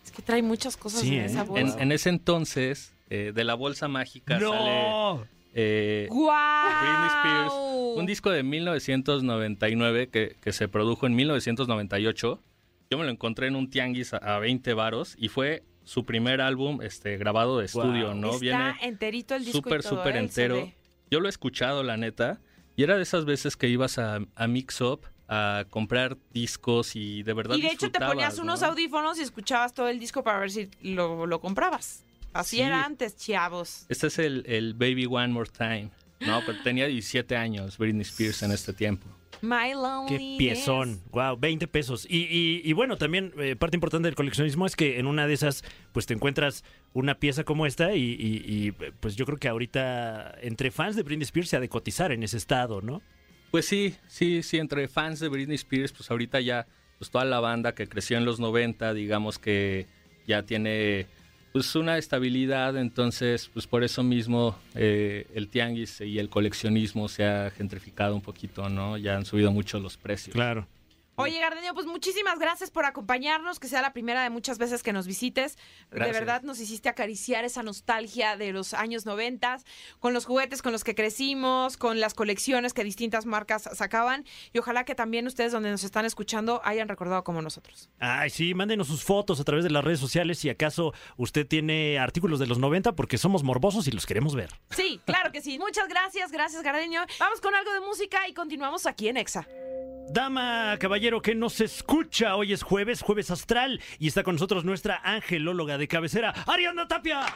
B: Es que trae muchas cosas
C: Sí,
B: en
C: ¿eh?
B: esa
C: En-
B: bolsa.
D: en, en ese entonces eh, de la bolsa mágica sale
C: No.
D: eh,
B: ¡Guau!
D: Britney Spears, un disco de 1999 que, que se produjo en 1998. Yo me lo encontré en un tianguis a, a 20 varos y fue su primer álbum este grabado de
C: Wow.
D: estudio, ¿no?
B: Está
D: Viene
B: enterito el disco. y
D: súper,
B: todo,
D: súper
B: ¿eh? El
D: entero.
B: CD.
D: Yo lo he escuchado, la neta. Y era de esas veces que ibas a, a Mix Up a comprar discos y de verdad
B: Y de hecho te
D: disfrutabas,
B: ponías
D: ¿no?
B: unos audífonos y escuchabas todo el disco para ver si lo, lo comprabas. Así
D: Sí.
B: era antes, chavos.
D: Este es el, el Baby One More Time. No, pero tenía 17 años Britney Spears en este tiempo.
B: My
C: Qué
B: Lonely.
C: piezón, wow, 20 pesos. Y, y- y bueno, también eh, parte importante del coleccionismo es que en una de esas, pues te encuentras una pieza como esta y, y- y, eh, pues yo creo que ahorita entre fans de Britney Spears se ha de cotizar en ese estado, ¿no?
D: Pues sí, sí, sí, entre fans de Britney Spears, pues ahorita ya, pues toda la banda que creció en los 90, digamos que ya tiene pues una estabilidad, entonces pues por eso mismo eh, el tianguis y el coleccionismo se ha gentrificado un poquito, ¿no? Ya han subido mucho los precios.
C: Claro.
B: Oye, Gardenio, pues muchísimas gracias por acompañarnos, que sea la primera de muchas veces que nos visites.
D: Gracias.
B: De verdad nos hiciste acariciar esa nostalgia de los años noventas, con los juguetes con los que crecimos, con las colecciones que distintas marcas sacaban. Y ojalá que también ustedes donde nos están escuchando hayan recordado como nosotros.
C: Ay, sí, mándenos sus fotos a través de las redes sociales si acaso usted tiene artículos de los 90 porque somos morbosos y los queremos ver.
B: Sí, claro que sí. Muchas gracias, gracias, Gardenio. Vamos con algo de música y continuamos aquí en Exa.
C: Dama, caballero, que nos escucha. Hoy es jueves, jueves astral, y está con nosotros nuestra angelóloga de cabecera, Ariana Tapia.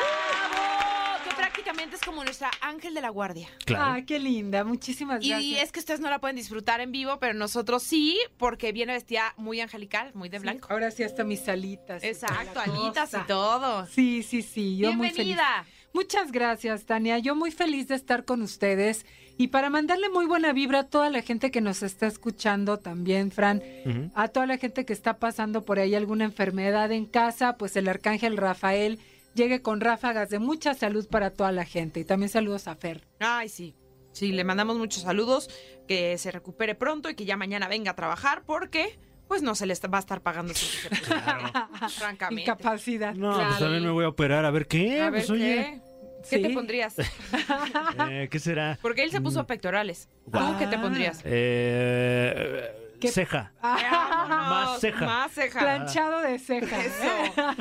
B: ¡Bravo! Que prácticamente es como nuestra ángel de la guardia.
C: Claro.
E: Ah, qué linda, muchísimas gracias.
B: Y es que ustedes no la pueden disfrutar en vivo, pero nosotros sí, porque viene vestida muy angelical, muy de
E: Sí,
B: blanco.
E: ahora sí, hasta mis alitas. y
B: Exacto,
E: toda la
B: alitas y
E: cosa.
B: todo.
E: Sí, sí, sí, yo muy feliz.
B: Bienvenida.
E: Muchas gracias, Tania. Yo muy feliz de estar con ustedes y para mandarle muy buena vibra a toda la gente que nos está escuchando también, Fran,
C: Ujú.
E: a toda la gente que está pasando por ahí alguna enfermedad en casa, pues el arcángel Rafael llegue con ráfagas de mucha salud para toda la gente. Y también saludos a Fer.
B: Ay, sí. Sí, le mandamos muchos saludos, que se recupere pronto y que ya mañana venga a trabajar porque pues no se le está- va a estar pagando su [LAUGHS] pues, francamente.
E: Incapacidad.
C: No, pues
B: Claro.
C: también me voy a operar. A ver qué.
B: A ver,
C: pues, oye,
B: ¿qué? ¿Qué te
E: Sí.
B: pondrías?
C: eh, ¿qué será?
B: Porque él se
C: Mm.
B: puso pectorales. ¿Tú
E: Guau.
B: qué te pondrías?
C: Eh,
E: ¿Qué?
C: Ceja.
B: Vámonos,
C: [LAUGHS] Más ceja.
B: Más ceja.
E: Planchado
B: [LAUGHS]
E: de ¿eh? cejas. [LAUGHS]
B: Eso.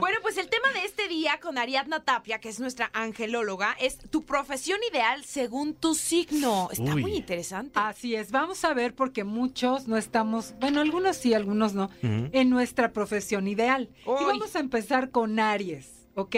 B: Bueno, pues el tema de este día con Ariadna Tapia, que es nuestra angelóloga, es tu profesión ideal según tu signo. Está
C: Uy.
B: muy interesante.
E: Así es, vamos a ver porque muchos no estamos, bueno, algunos sí, algunos no,
C: Ujú.
E: en nuestra profesión ideal.
B: Uy.
E: Y vamos a empezar con Aries, ¿ok?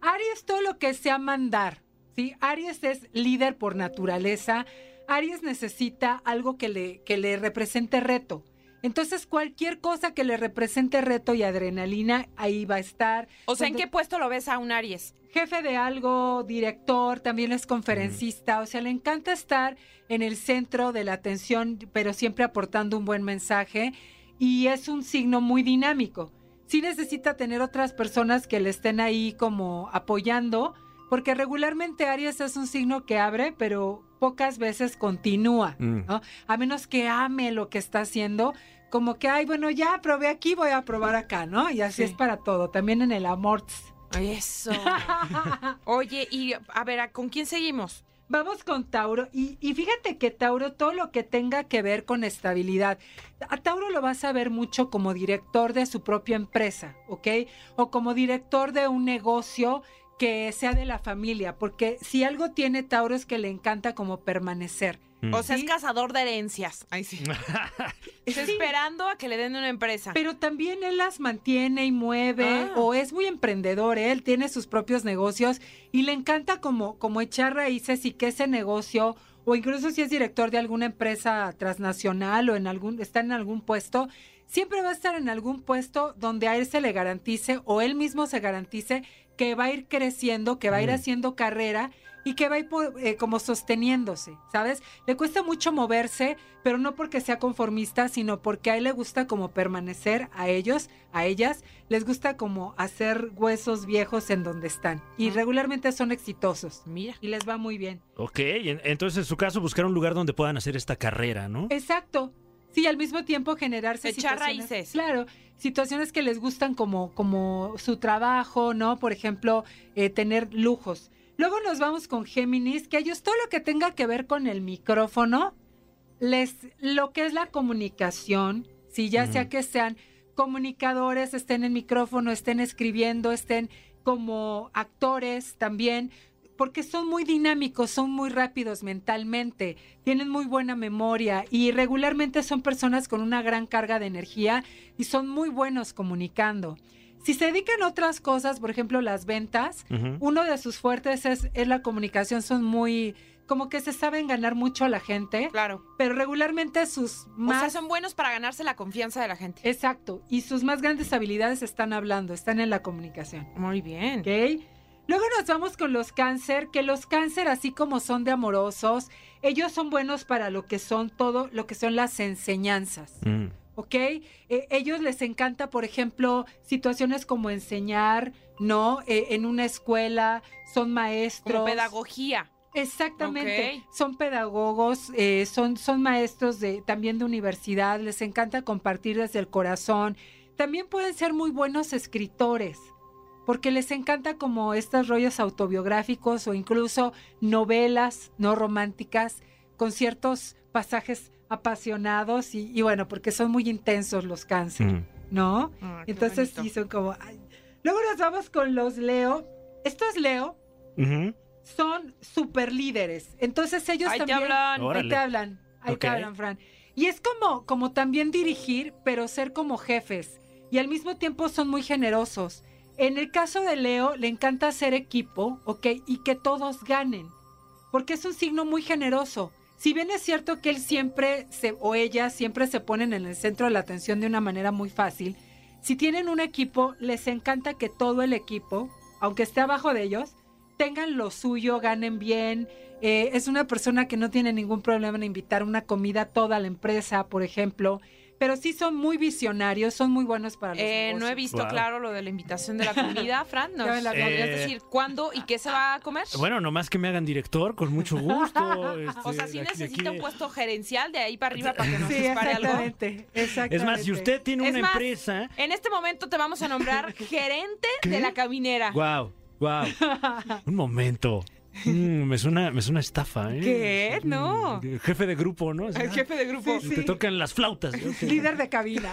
E: Aries todo lo que sea mandar, ¿sí? Aries es líder por naturaleza, Aries necesita algo que le, que le represente reto. Entonces cualquier cosa que le represente reto y adrenalina, ahí va a estar.
B: o sea, ¿en
E: Donde-
B: qué puesto lo ves a un Aries?
E: jefe de algo, director, también es conferencista, o sea, le encanta estar en el centro de la atención, pero siempre aportando un buen mensaje y es un signo muy dinámico. Sí necesita tener otras personas que le estén ahí como apoyando, porque regularmente Aries es un signo que abre, pero pocas veces continúa,
C: Mm.
E: ¿no? A menos que ame lo que está haciendo, como que, ay, bueno, ya probé aquí, voy a probar acá, ¿no? Y así
B: Sí.
E: es para todo, también en el amor. tss.
B: Eso. [LAUGHS] Oye, y a ver, ¿con quién seguimos?
E: Vamos con Tauro y, y fíjate que Tauro todo lo que tenga que ver con estabilidad. A Tauro lo vas a ver mucho como director de su propia empresa, ¿ok? O como director de un negocio que sea de la familia, porque si algo tiene Tauro es que le encanta como permanecer.
B: O sea, es
E: Sí.
B: cazador de herencias. Ahí sí. Está
E: Sí.
B: esperando a que le den una empresa.
E: Pero también él las mantiene y mueve,
B: Ah.
E: o es muy emprendedor, ¿eh? él tiene sus propios negocios y le encanta como, como echar raíces y que ese negocio, o incluso si es director de alguna empresa transnacional o en algún, está en algún puesto, siempre va a estar en algún puesto donde a él se le garantice o él mismo se garantice que va a ir creciendo, que va a ir
C: Mm.
E: haciendo carrera y que va a ir por- eh, como sosteniéndose, ¿sabes? Le cuesta mucho moverse, pero no porque sea conformista, sino porque a él le gusta como permanecer a ellos, a ellas, les gusta como hacer huesos viejos en donde están. Y regularmente son exitosos
B: Mira.
E: y les va muy bien.
C: Ok, en- entonces en su caso buscar un lugar donde puedan hacer esta carrera, ¿no?
E: Exacto. Sí, al mismo tiempo generarse
B: Echar
E: situaciones-
B: raíces.
E: Claro, situaciones que les gustan como, como su trabajo, ¿no? Por ejemplo, eh, tener lujos. Luego nos vamos con Géminis, que ellos todo lo que tenga que ver con el micrófono, les, lo que es la comunicación, si ya sea
C: Ujú.
E: que sean comunicadores, estén en micrófono, estén escribiendo, estén como actores también, porque son muy dinámicos, son muy rápidos mentalmente, tienen muy buena memoria y regularmente son personas con una gran carga de energía y son muy buenos comunicando. Si se dedican a otras cosas, por ejemplo, las ventas,
C: Ujú.
E: uno de sus fuertes es, es la comunicación, son muy, como que se saben ganar mucho a la gente,
B: Claro.
E: pero regularmente sus
B: O sea,
E: más...
B: son buenos para ganarse la confianza de la gente.
E: Exacto, y sus más grandes habilidades están hablando, están en la comunicación.
B: Muy bien.
E: ¿ok? Luego nos vamos con los cáncer, que los cáncer, así como son de amorosos, ellos son buenos para lo que son todo, lo que son las enseñanzas,
C: Mm.
E: ¿ok? Eh, ellos les encanta, por ejemplo, situaciones como enseñar, ¿no? Eh, en una escuela, son maestros.
B: Como pedagogía.
E: Exactamente.
B: Ok.
E: Son pedagogos, eh, son, son maestros de, también de universidad, les encanta compartir desde el corazón. También pueden ser muy buenos escritores, porque les encanta como estos rollos autobiográficos o incluso novelas no románticas con ciertos pasajes apasionados y, y bueno, porque son muy intensos los cáncer,
C: Mm.
E: ¿no?
B: Ah, qué
E: Entonces sí
B: bonito.
E: son como... ay. Luego nos vamos con los Leo. Estos Leo
C: Ujú.
E: son super líderes. Entonces ellos
B: Ahí te
E: también
B: hablan.
C: Ahora.
E: ahí
C: Órale.
E: te hablan, ahí te
C: Ok.
E: hablan, Fran. Y es como, como también dirigir, pero ser como jefes. Y al mismo tiempo son muy generosos. En el caso de Leo, le encanta hacer equipo, ¿ok? Y que todos ganen. Porque es un signo muy generoso. Si bien es cierto que él siempre se, o ella siempre se ponen en el centro de la atención de una manera muy fácil, si tienen un equipo, les encanta que todo el equipo, aunque esté abajo de ellos, tengan lo suyo, ganen bien. Eh, es una persona que no tiene ningún problema en invitar una comida a toda la empresa, por ejemplo. Pero sí son muy visionarios, son muy buenos para los
B: Eh, no he
E: negocios.
B: visto
C: Wow.
B: claro lo de la invitación de
E: [LAUGHS]
B: la comida, Fran. ¿Nos
E: Ya me la
B: podrías
C: acabé.
B: decir cuándo y qué se va a comer?
C: Eh, Bueno, nomás que me hagan director, con mucho gusto.
B: [LAUGHS] o sea,
C: este,
B: sí
C: de aquí- de
B: necesita un
C: aquí.
B: puesto gerencial de ahí para arriba para que nos
E: Sí,
B: dispare algo.
E: exactamente, exactamente.
C: Es más, si usted tiene
B: Es
C: una
B: más,
C: empresa.
B: En este momento te vamos a
C: [LAUGHS]
B: nombrar gerente de la caminera.
C: Wow, wow. Un momento. Mm, me suena, me suena estafa, ¿eh?
B: ¿Qué?
C: Mm,
B: No.
C: Jefe de grupo, ¿no? Así,
B: El
C: ah,
B: jefe de grupo.
E: Sí, sí.
C: Te tocan las flautas. ¿no?
E: [LAUGHS]
C: Que-
E: Líder de cabina.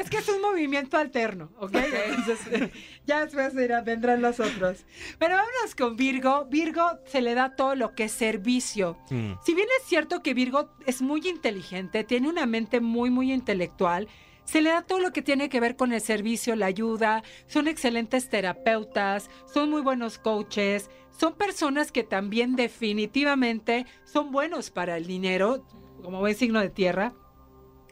E: es que es un movimiento alterno, ¿ok? Entonces, ya después irán- vendrán los otros. Pero vámonos con Virgo. Virgo se le da todo lo que es servicio.
C: Mm.
E: Si bien es cierto que Virgo es muy inteligente, tiene una mente muy, muy intelectual, se le da todo lo que tiene que ver con el servicio, la ayuda, son excelentes terapeutas, son muy buenos coaches, son personas que también definitivamente son buenos para el dinero, como buen signo de tierra,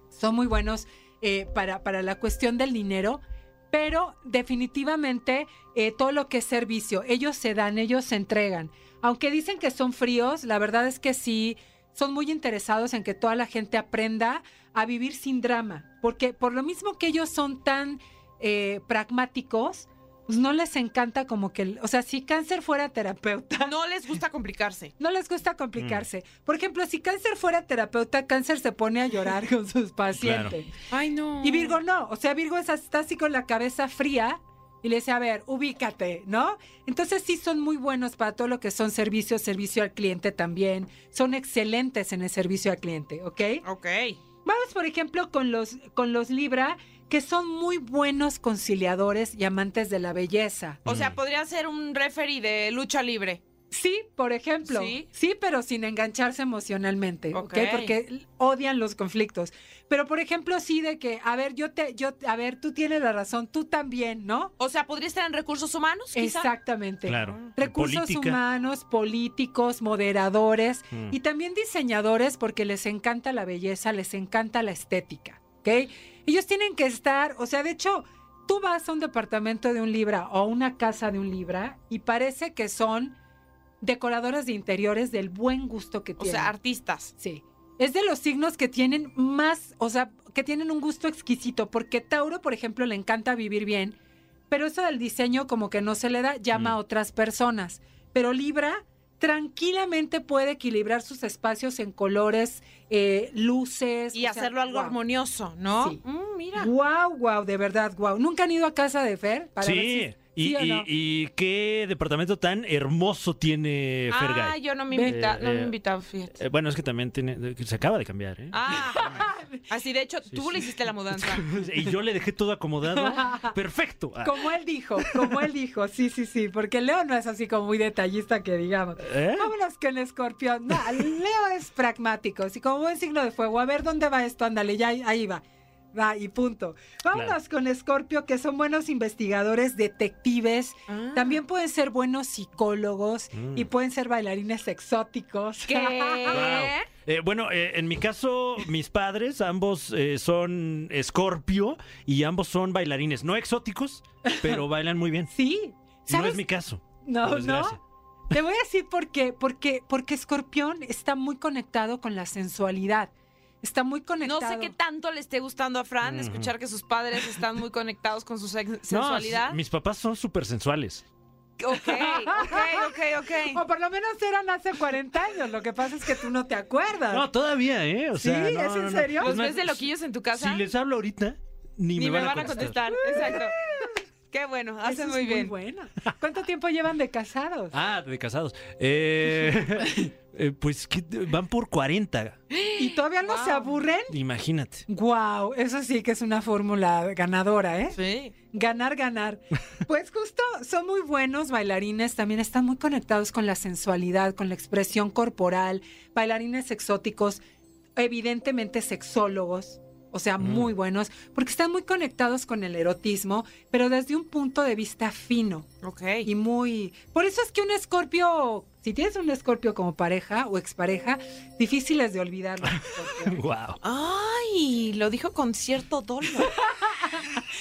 E: son muy buenos eh, para, para la cuestión del dinero. Pero definitivamente eh, todo lo que es servicio, ellos se dan, ellos se entregan. Aunque dicen que son fríos, la verdad es que sí, son muy interesados en que toda la gente aprenda a vivir sin drama, porque por lo mismo que ellos son tan eh, pragmáticos, pues no les encanta como que, el- o sea, si cáncer fuera terapeuta,
B: No les gusta complicarse.
E: no les gusta complicarse. Por ejemplo, si cáncer fuera terapeuta, cáncer se pone a llorar con sus pacientes.
B: Ay, no.
E: Y Virgo no, o sea, Virgo es- está así con la cabeza fría y le dice, a ver, ubícate, ¿no? Entonces sí son muy buenos para todo lo que son servicios, servicio al cliente también, son excelentes en el servicio al cliente, ¿ok?
B: Ok.
E: Vamos, por ejemplo, con los, con los Libra, que son muy buenos conciliadores y amantes de la belleza.
B: O
C: Mm.
B: sea, podría ser un referee de lucha libre.
E: Sí, por ejemplo.
B: Sí.
E: Sí, pero sin engancharse emocionalmente, ¿ok?
B: Ok.
E: Porque odian los conflictos. Pero por ejemplo, sí de que, a ver, yo te yo a ver, tú tienes la razón, tú también, ¿no?
B: O sea, podría estar en recursos humanos, Pues quizá.
E: Exactamente.
C: Claro.
E: Ah. Recursos
C: Política.
E: humanos, políticos, moderadores
C: Mm.
E: y también diseñadores porque les encanta la belleza, les encanta la estética, ¿ok? Ellos tienen que estar, o sea, de hecho, tú vas a un departamento de un libra o a una casa de un libra y parece que son decoradores de interiores del buen gusto que
B: O
E: tienen.
B: sea, artistas.
E: Sí. Es de los signos que tienen más, o sea, que tienen un gusto exquisito, porque Tauro, por ejemplo, le encanta vivir bien, pero eso del diseño como que no se le da, llama a
C: Mm.
E: otras personas. Pero Libra tranquilamente puede equilibrar sus espacios en colores, eh, luces.
B: Y
E: o sea,
B: hacerlo algo
E: guau.
B: armonioso, ¿no?
E: Sí.
B: Mm, mira.
E: Guau, guau, de verdad, guau. ¿Nunca han ido a casa de Fer? Para ver
C: Sí.
E: si-
C: Y,
E: sí o
C: y-
E: no?
C: y qué departamento tan hermoso tiene
B: Ah,
C: Fergay.
B: yo no me
E: Ve.
B: invita,
C: Eh,
B: no me
C: eh,
B: invitaron, fíjate.
C: Eh, bueno, es que también tiene, que se acaba de cambiar, ¿eh?
B: Ah, [LAUGHS] así de hecho, tú
C: sí.
B: le hiciste la mudanza.
C: Y yo le dejé todo acomodado.
E: [LAUGHS]
C: Perfecto. Ah,
E: Como él dijo, como él dijo, sí, sí, sí, porque Leo no es así como muy detallista que digamos.
C: ¿eh?
E: Vámonos con escorpión. No, Leo es pragmático. Si como buen signo de fuego, a ver dónde va esto, ándale, ya ahí va. va y punto. Vámonos con Escorpio, que son buenos investigadores, detectives,
B: [LAUGHS] Ah.
E: [LAUGHS] también pueden ser buenos psicólogos
C: Mm.
E: y pueden ser bailarines exóticos.
B: ¿Qué?
C: Wow. Eh, bueno, eh, en mi caso, mis padres, ambos eh, son escorpio y ambos son bailarines. No exóticos, pero bailan muy bien.
E: [LAUGHS] Sí.
C: No
E: ¿Sabes? Oh,
C: es mi caso.
E: No,
C: por
E: no.
C: desgracia.
E: Te voy a decir por qué. Porque, porque Escorpión está muy conectado con la sensualidad. Está muy
B: No
E: conectado.
B: sé qué tanto le esté gustando a Fran
C: Ujú.
B: escuchar que sus padres están muy conectados con su sex-
C: No,
B: sensualidad.
C: s- mis papás son súper sensuales.
B: Ok, ok, ok, ok.
E: O por lo menos eran hace 40 años. Lo que pasa es que tú no te acuerdas.
C: No, todavía, ¿eh? O
E: Ah. ¿Sí?
C: sea, no,
E: ¿Es
C: no,
E: en
C: no.
E: serio?
C: Es
B: ¿Los
C: más,
B: ves de loquillos en tu casa?
C: Si les hablo ahorita, ni,
B: Ni me van a contestar. Exacto. Qué bueno,
E: Eso
B: hacen
E: es
B: muy bien.
E: buena. ¿Cuánto tiempo llevan de casados?
C: Ah, de casados. Eh, [LAUGHS] eh, pues ¿qué te- van por 40,
E: ¿Y todavía no se
B: Wow.
E: aburren? [LAUGHS]
C: imagínate.
E: Wow, eso sí que es una fórmula ganadora, ¿eh?
B: Sí.
E: Ganar,
B: [LAUGHS]
E: ganar. Pues justo, son muy buenos bailarines, también están muy conectados con la sensualidad, con la expresión corporal, bailarines exóticos, evidentemente sexólogos, o sea, muy
B: Mm.
E: buenos, porque están muy conectados con el erotismo, pero desde un punto de vista fino
B: Ok.
E: y muy... Por eso es que un escorpio, si tienes un escorpio como pareja o expareja, difícil es de olvidar. los
C: [LAUGHS]
E: escorpios.
C: Wow.
B: Ay, lo dijo con cierto
E: [LAUGHS]
B: dolor.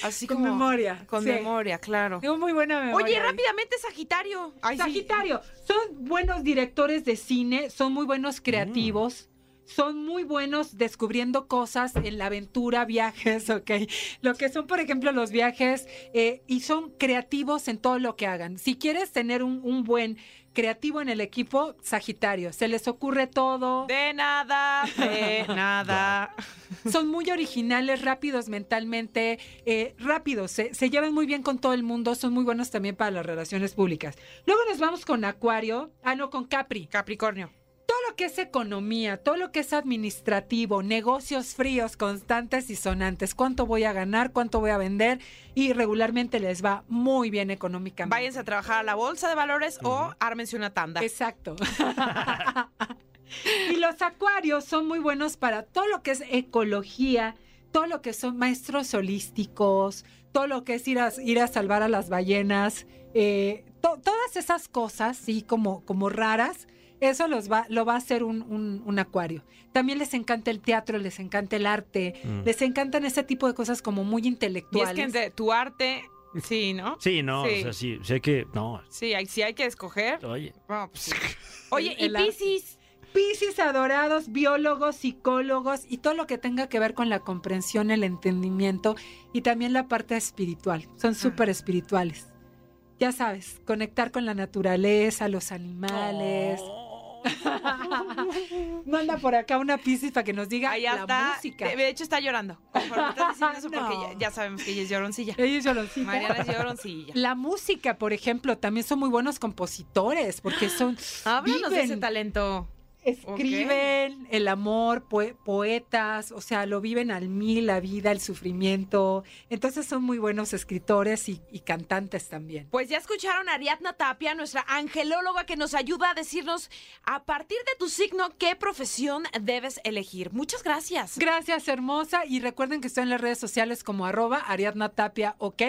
B: Así
E: Con
B: como
E: memoria,
B: Con
E: sí.
B: memoria, claro.
E: Tengo muy buena memoria.
B: Oye,
E: Vicky.
B: rápidamente Sagitario. Ay, sí.
E: Sagitario, son buenos directores de cine, son muy buenos creativos. Son muy buenos descubriendo cosas en la aventura, viajes, [LAUGHS] ok. Lo que son, por ejemplo, los viajes eh, y son creativos en todo lo que hagan. Si quieres tener un, un buen creativo en el equipo, Sagitario, se les ocurre todo.
B: De nada, de nada.
E: Son muy originales, rápidos mentalmente, eh, rápidos, se, se llevan muy bien con todo el mundo, son muy buenos también para las relaciones públicas. Luego nos vamos con Acuario, ah, no, con Capri.
B: Capricornio.
E: Todo lo que es economía, todo lo que es administrativo, negocios fríos, constantes y sonantes, cuánto voy a ganar, cuánto voy a vender y regularmente les va muy bien económicamente.
B: Váyanse a trabajar a la bolsa de valores o ármense una tanda. [LAUGHS]
E: Exacto. [LAUGHS] y los acuarios son muy buenos para todo lo que es ecología, todo lo que son maestros holísticos, todo lo que es ir a, ir a salvar a las ballenas, eh, to- todas esas cosas, sí, como, como raras. Eso los va, lo va a hacer un, un- un acuario. También les encanta el teatro, les encanta el arte,
C: Mm.
E: les encantan ese tipo de cosas como muy
B: Y es
E: intelectuales.
B: que entre tu arte, sí, ¿no?
C: Sí, no,
B: Sí.
C: o sea, sí, sé que no.
B: Sí, hay, sí hay que escoger.
C: Oye,
B: No, pues sí. Oye,
E: El-
B: y
E: el arte.
B: Piscis.
E: Piscis adorados, biólogos, psicólogos y todo lo que tenga que ver con la comprensión, el entendimiento y también la parte espiritual.
B: Mm.
E: Son súper espirituales. Ya sabes, conectar con la naturaleza, los animales.
B: Oh.
E: [LAUGHS] Manda por acá una Piscis para que nos diga
B: Allá
E: la
B: está.
E: música.
B: De hecho, está llorando. Conforme estás diciendo eso, porque
E: No.
B: ya, ya sabemos que ella es lloroncilla.
E: Ella es lloroncita.
B: [LAUGHS] Mariana es lloroncilla.
E: La música, por ejemplo, también son muy buenos compositores
B: [GASPS]
E: porque son
B: Háblanos de ese
E: viven.
B: talento.
E: Escriben el amor, poe- poetas, o sea, lo viven al mil, la vida, el sufrimiento. Entonces son muy buenos escritores y, y cantantes también.
B: Pues ya escucharon a Ariadna Tapia, nuestra angelóloga que nos ayuda a decirnos a partir de tu signo qué profesión debes elegir. Muchas gracias.
E: Gracias, hermosa. Y recuerden que estoy en las redes sociales como arroba Ariadna Tapia, ok.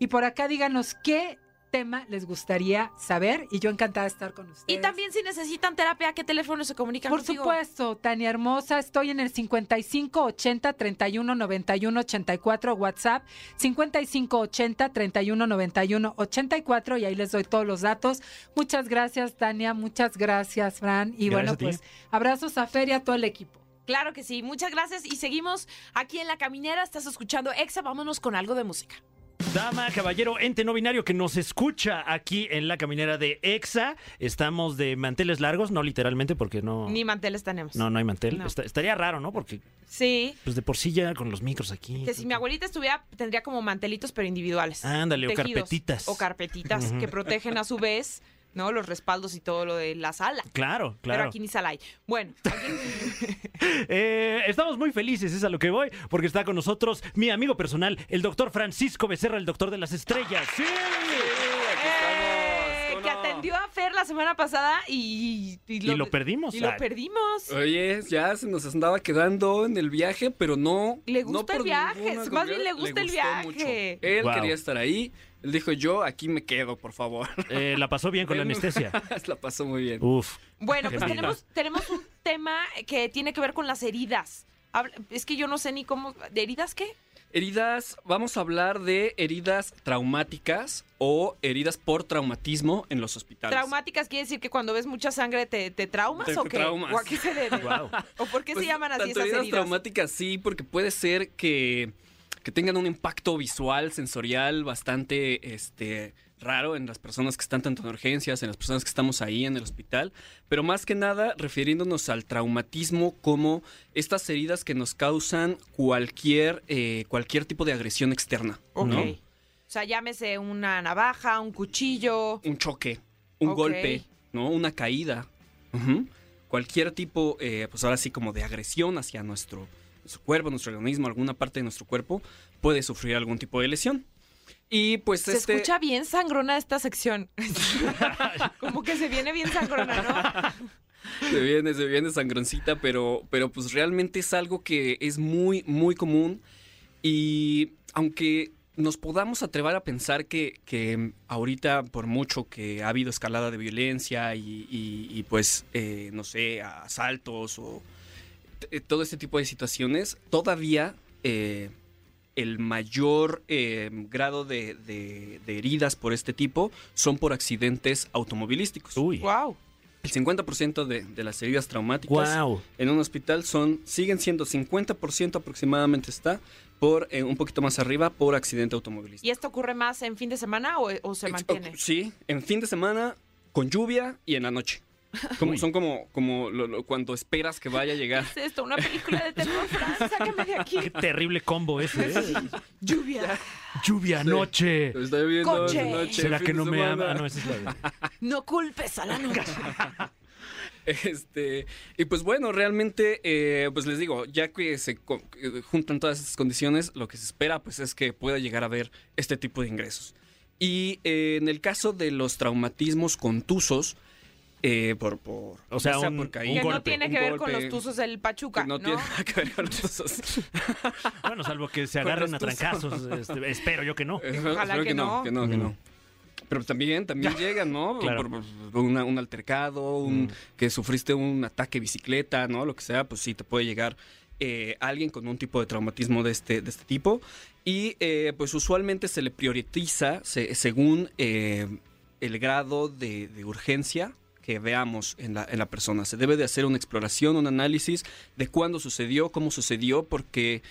E: Y por acá díganos qué tema les gustaría saber y yo encantada de estar con
C: Este,
E: ustedes.
B: Y también si necesitan terapia, ¿a ¿qué teléfono se comunican
E: Por
B: contigo?
E: supuesto, Tania Hermosa, estoy en el 55 80 31 91 84 WhatsApp, 55 80 31 91 84 y ahí les doy todos los datos. Muchas gracias, Tania, muchas gracias, Fran. Y
C: Gracias a
E: bueno,
C: ti.
E: pues abrazos a Feria, a todo el equipo.
B: Claro que sí. Muchas gracias y seguimos aquí en La Caminera. Estás escuchando Exa. Vámonos con algo de música.
C: Dama, caballero, ente no binario que nos escucha aquí en la caminera de EXA. Estamos de manteles largos, no literalmente porque no...
B: Ni manteles tenemos.
C: No, no hay mantel.
B: No.
C: Está- estaría raro, ¿no? Porque
B: Sí.
C: pues de por sí ya con los micros aquí. pues,
B: Que si mi abuelita estuviera, tendría como mantelitos, pero individuales.
C: Ándale, o carpetitas.
B: O carpetitas que protegen a su vez, ¿no? Los respaldos y todo lo de la sala.
C: Claro, claro.
B: Pero aquí ni sala hay. Bueno,
C: Eh, estamos muy felices, es a lo que voy, porque está con nosotros mi amigo personal, el
B: Ah,
C: doctor Francisco Becerra, el doctor de las estrellas. ¡Sí!
F: Sí, aquí estamos.
B: ¡Eh!
F: ¿cómo
B: que
F: no?
B: sorprendió a Fer la semana pasada y,
C: Y lo perdimos.
B: Y lo
C: Ah,
B: perdimos.
F: Oye, ya se nos andaba quedando en el viaje, pero no.
B: Le
F: no
B: gusta el
F: por
B: viaje,
F: ninguna
B: más
F: cosa,
B: bien le gusta el
F: gustó
B: viaje.
F: mucho. Él
C: Wow.
F: quería estar ahí. Él dijo, yo aquí me quedo, por favor.
C: eh, la pasó bien con la anestesia.
F: [LAUGHS] La pasó muy bien.
C: Uf.
B: Bueno,
C: Qué
B: pues
C: miedo.
B: tenemos, tenemos
F: [LAUGHS]
B: un tema que tiene que ver con las heridas. Habla- Es que yo no sé ni cómo. ¿De heridas qué?
F: Heridas, vamos a hablar de heridas traumáticas o heridas por traumatismo en los hospitales.
B: Traumáticas quiere decir que cuando ves mucha sangre te, te traumas
F: Te
B: o qué?
F: traumas.
B: ¿O a qué se
F: [LAUGHS]
B: debe?
C: Guau.
B: ¿O por qué
F: Pues,
B: se llaman así
F: tanto
B: esas
F: heridas
B: heridas?
F: traumáticas sí, porque puede ser que, que tengan un impacto visual, sensorial bastante este, raro en las personas que están tanto en urgencias, en las personas que estamos ahí en el hospital, pero más que nada refiriéndonos al traumatismo como estas heridas que nos causan cualquier, eh, cualquier tipo de agresión externa,
B: Ok.
F: ¿no?
B: O sea, llámese una navaja, un cuchillo.
F: un choque, un
B: Ok.
F: golpe, ¿no? Una caída. Ujú. Cualquier tipo, eh, pues ahora sí, como de agresión hacia nuestro, nuestro cuerpo, nuestro organismo, alguna parte de nuestro cuerpo, puede sufrir algún tipo de lesión. Y pues
B: Se
F: este.
B: escucha bien sangrona esta sección. [LAUGHS] Como que se viene bien sangrona, ¿no?
F: [LAUGHS] Se viene, se viene sangroncita, pero, pero pues realmente es algo que es muy, muy común. Y aunque nos podamos atrever a pensar que, que ahorita, por mucho que ha habido escalada de violencia y, y- y, pues, eh, no sé, asaltos o t- eh, todo este tipo de situaciones, todavía eh, el mayor eh, grado de, de- de heridas por este tipo son por accidentes automovilísticos.
C: Uy.
B: wow.
F: El 50% de, de las heridas traumáticas
C: Wow.
F: en un hospital son siguen siendo 50% aproximadamente está por eh, un poquito más arriba por accidente automovilístico.
B: ¿Y esto ocurre más en fin de semana o, o se
F: Ex-
B: mantiene?
F: o- Sí, en fin de semana con lluvia y en
B: [LAUGHS]
F: la noche. Como,
C: Uy.
F: son como, como lo- lo- cuando esperas que vaya
C: [LAUGHS]
F: a llegar.
B: ¿Qué es esto? ¿Una película
F: [LAUGHS]
B: de terror, Fran? Sácame de
C: Qué
B: aquí.
C: terrible combo ese. ¿eh?
B: Lluvia.
C: Lluvia anoche.
F: Lo estoy viendo en la
B: Coche.
F: noche,
C: ¿Será
F: fin
C: que
F: de
C: no me
F: semana.
C: ama? Ah, no, esa es la de-
B: No culpes a la noche.
F: [LAUGHS] Este, y pues bueno, realmente, eh, pues les digo, ya que se co- eh, juntan todas estas condiciones, lo que se espera pues es que pueda llegar a haber este tipo de ingresos. Y eh, en el caso de los traumatismos contusos, eh, por, por...
C: O sea,
F: ya
C: un-
F: por caída,
B: Que no
C: golpe,
B: tiene
F: un
B: que ver con
F: golpe,
B: los tuzos del Pachuca,
F: que no
B: ¿no?
F: tiene nada que ver con los tuzos.
C: Bueno, salvo que se
F: Con
C: agarren a
F: razón.
C: trancazos. este, espero yo que no.
F: Eh,
B: Ojalá
F: espero
B: que no.
F: que no, que
C: Mm.
F: no. Pero
C: [LAUGHS]
F: también, también llegan, ¿no?
C: Claro.
F: Por, por una- un altercado, un,
C: Mm.
F: que sufriste un ataque bicicleta, ¿no? Lo que sea, pues sí, te puede llegar eh, alguien con un tipo de traumatismo de este, de este tipo. Y eh, pues usualmente se le prioritiza se- según eh, el grado de, de urgencia que veamos en la, en la persona. Se debe de hacer una exploración, un análisis de cuándo sucedió, cómo sucedió, porque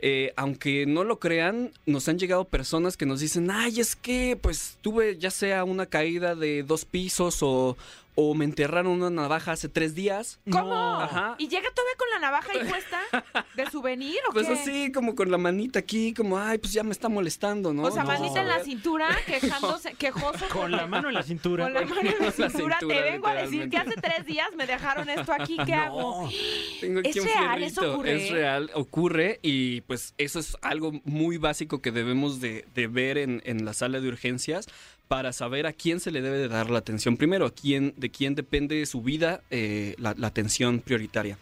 F: eh, aunque no lo crean, nos han llegado personas que nos dicen, ay, es que pues tuve ya sea una caída de dos pisos o, o me enterraron una navaja hace tres días.
B: ¿Cómo?
C: No.
F: Ajá.
B: ¿Y llega todavía con la navaja ahí puesta? ¿De souvenir o
F: Pues
B: qué?
F: así, como con la manita aquí, como, ay, pues ya me está molestando, ¿no?
B: O sea,
F: [LAUGHS] No,
B: manita en
F: a
B: la
F: ver.
B: cintura, quejándose,
C: [LAUGHS]
B: quejoso.
C: Con la mano en la cintura.
B: Con la
F: [LAUGHS]
B: mano en la
F: La
B: cintura, te
F: cintura,
B: vengo a decir que
F: literalmente.
B: hace tres días me dejaron esto aquí,
F: [LAUGHS]
B: ¿qué hago?
F: Tengo aquí
B: ¿Es
F: un
B: real? ¿Eso
F: fierrito.
B: ocurre?
F: Es real, ocurre y pues eso es algo muy básico que debemos de, de ver en, en la sala de urgencias para saber a quién se le debe de dar la atención primero, a quién, de quién depende su vida eh, la, la atención prioritaria.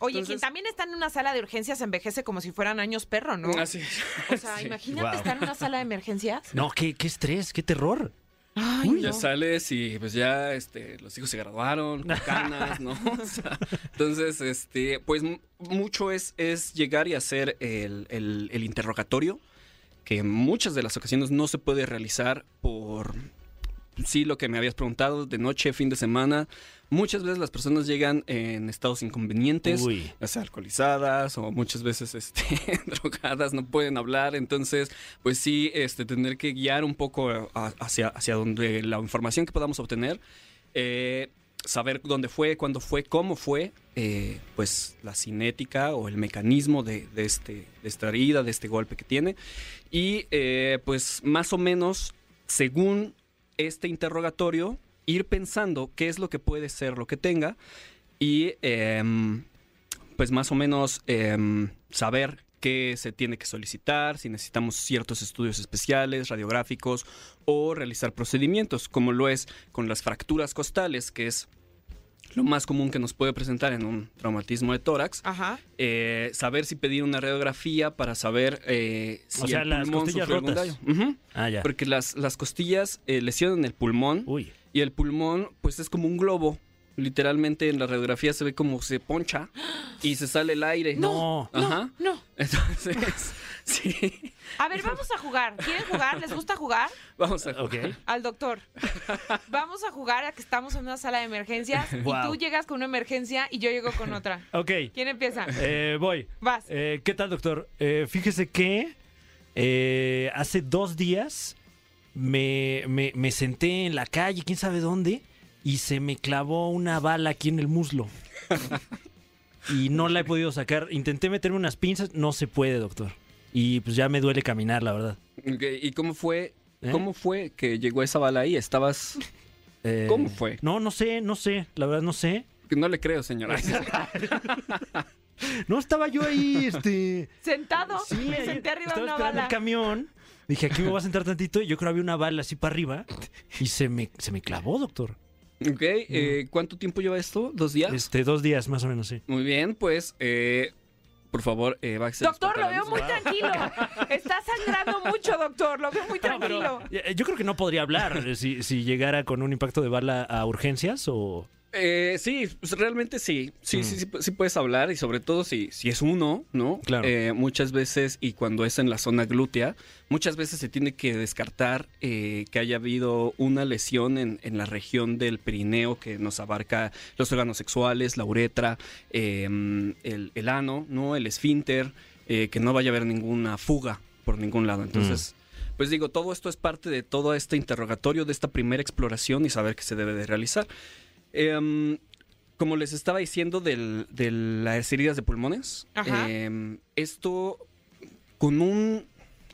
B: Oye, quien
F: Entonces-
B: también está en una sala de urgencias envejece como si fueran años perro, ¿no?
F: Así es.
B: O sea, imagínate
C: Wow.
B: estar en una sala de emergencias.
C: No, qué, qué estrés, qué terror.
B: Ay,
F: Ya
B: no.
F: sales y pues ya este, los hijos se
B: [LAUGHS]
F: graduaron, con canas, ¿no? [LAUGHS] O sea, entonces, este, pues m- mucho es, es llegar y hacer el, el- el interrogatorio, que en muchas de las ocasiones no se puede realizar por, sí, lo que me habías preguntado, de noche, fin de semana. Muchas veces las personas llegan en estados inconvenientes
C: Uy.
F: ya sea alcoholizadas o muchas veces este, [LAUGHS] drogadas, no pueden hablar. Entonces, pues sí, este, tener que guiar un poco a- hacia, hacia donde la información que podamos obtener, eh, saber dónde fue, cuándo fue, cómo fue, eh, pues la cinética o el mecanismo de, de este, de esta herida, de este golpe que tiene. Y eh, pues más o menos, según este interrogatorio, ir pensando qué es lo que puede ser lo que tenga y em, pues más o menos em, saber qué se tiene que solicitar, si necesitamos ciertos estudios especiales, radiográficos o realizar procedimientos, como lo es con las fracturas costales, que es lo más común que nos puede presentar en un traumatismo de tórax.
B: Ajá.
F: Eh, saber si pedir una radiografía para saber eh, si
C: O sea,
F: el
C: las
F: pulmón
C: costillas
F: sufrió algún
C: rotas.
F: daño. Ujú.
C: Ah, ya.
F: Porque las, las costillas eh, lesionan el pulmón
C: Uy.
F: y el pulmón pues es como un globo. Literalmente en la radiografía se ve como se poncha y se sale el aire.
C: No.
F: Ajá.
B: No.
F: Entonces, [LAUGHS] sí,
B: A ver, vamos a jugar. ¿Quieren jugar? ¿Les gusta jugar?
F: vamos a...
C: Ok.
B: Al
F: [LAUGHS]
B: doctor. Vamos a jugar a que estamos en una sala de emergencias y
C: Wow.
B: tú llegas con una emergencia y yo llego con otra.
C: Ok.
B: ¿Quién empieza?
C: Eh, voy.
B: Vas.
C: Eh, ¿Qué tal, doctor? Eh, fíjese que eh, hace dos días me, me- me senté en la calle, quién sabe dónde, y se me clavó una bala aquí en el
F: [LAUGHS]
C: muslo. y no la he podido sacar. Intenté meterme unas pinzas, no se puede, doctor. Y pues ya me duele caminar, la verdad.
F: Ok, ¿Y cómo fue,
C: ¿Eh?
F: cómo fue que llegó esa bala ahí? Estabas...
C: Eh,
F: ¿Cómo fue?
C: No, no sé, no sé, la verdad no sé.
F: No le
C: [LAUGHS]
F: creo, señora.
C: No estaba yo ahí,
F: [LAUGHS]
C: este.
B: Sentado.
C: Sí,
B: me
C: ahí
B: senté arriba de
C: estaba
B: una
C: esperando
B: bala.
C: el camión. Dije, aquí me voy a sentar tantito. Y yo creo había una bala así para arriba. Y se me, se me clavó, doctor.
F: Ok, eh, ¿cuánto tiempo lleva esto? ¿Dos días?
C: Este, dos días más o menos, sí.
F: Muy bien, pues, eh, por favor, eh, bájese los
B: Doctor, lo veo
F: pantalones.
B: muy tranquilo. Está sangrando mucho, doctor. Lo veo muy tranquilo.
C: Eh, Yo creo que no podría hablar eh, si, si llegara con un impacto de bala a urgencias o.
F: Eh, sí, pues, realmente sí. Sí,
C: Mm.
F: sí, sí, pu- sí puedes hablar y sobre todo si, si es uno, ¿no?
C: Claro.
F: Eh, muchas veces, y cuando es en la zona glútea, muchas veces se tiene que descartar eh, que haya habido una lesión en, en la región del perineo que nos abarca los órganos sexuales, la uretra, eh, el, el ano, ¿no? El esfínter, eh, que no vaya a haber ninguna fuga por ningún lado. Entonces...
C: Mm.
F: Pues digo, todo esto es parte de todo este interrogatorio, de esta primera exploración y saber que se debe de realizar. Em, como les estaba diciendo del- de las heridas de pulmones,
B: Ajá.
F: em, esto con un,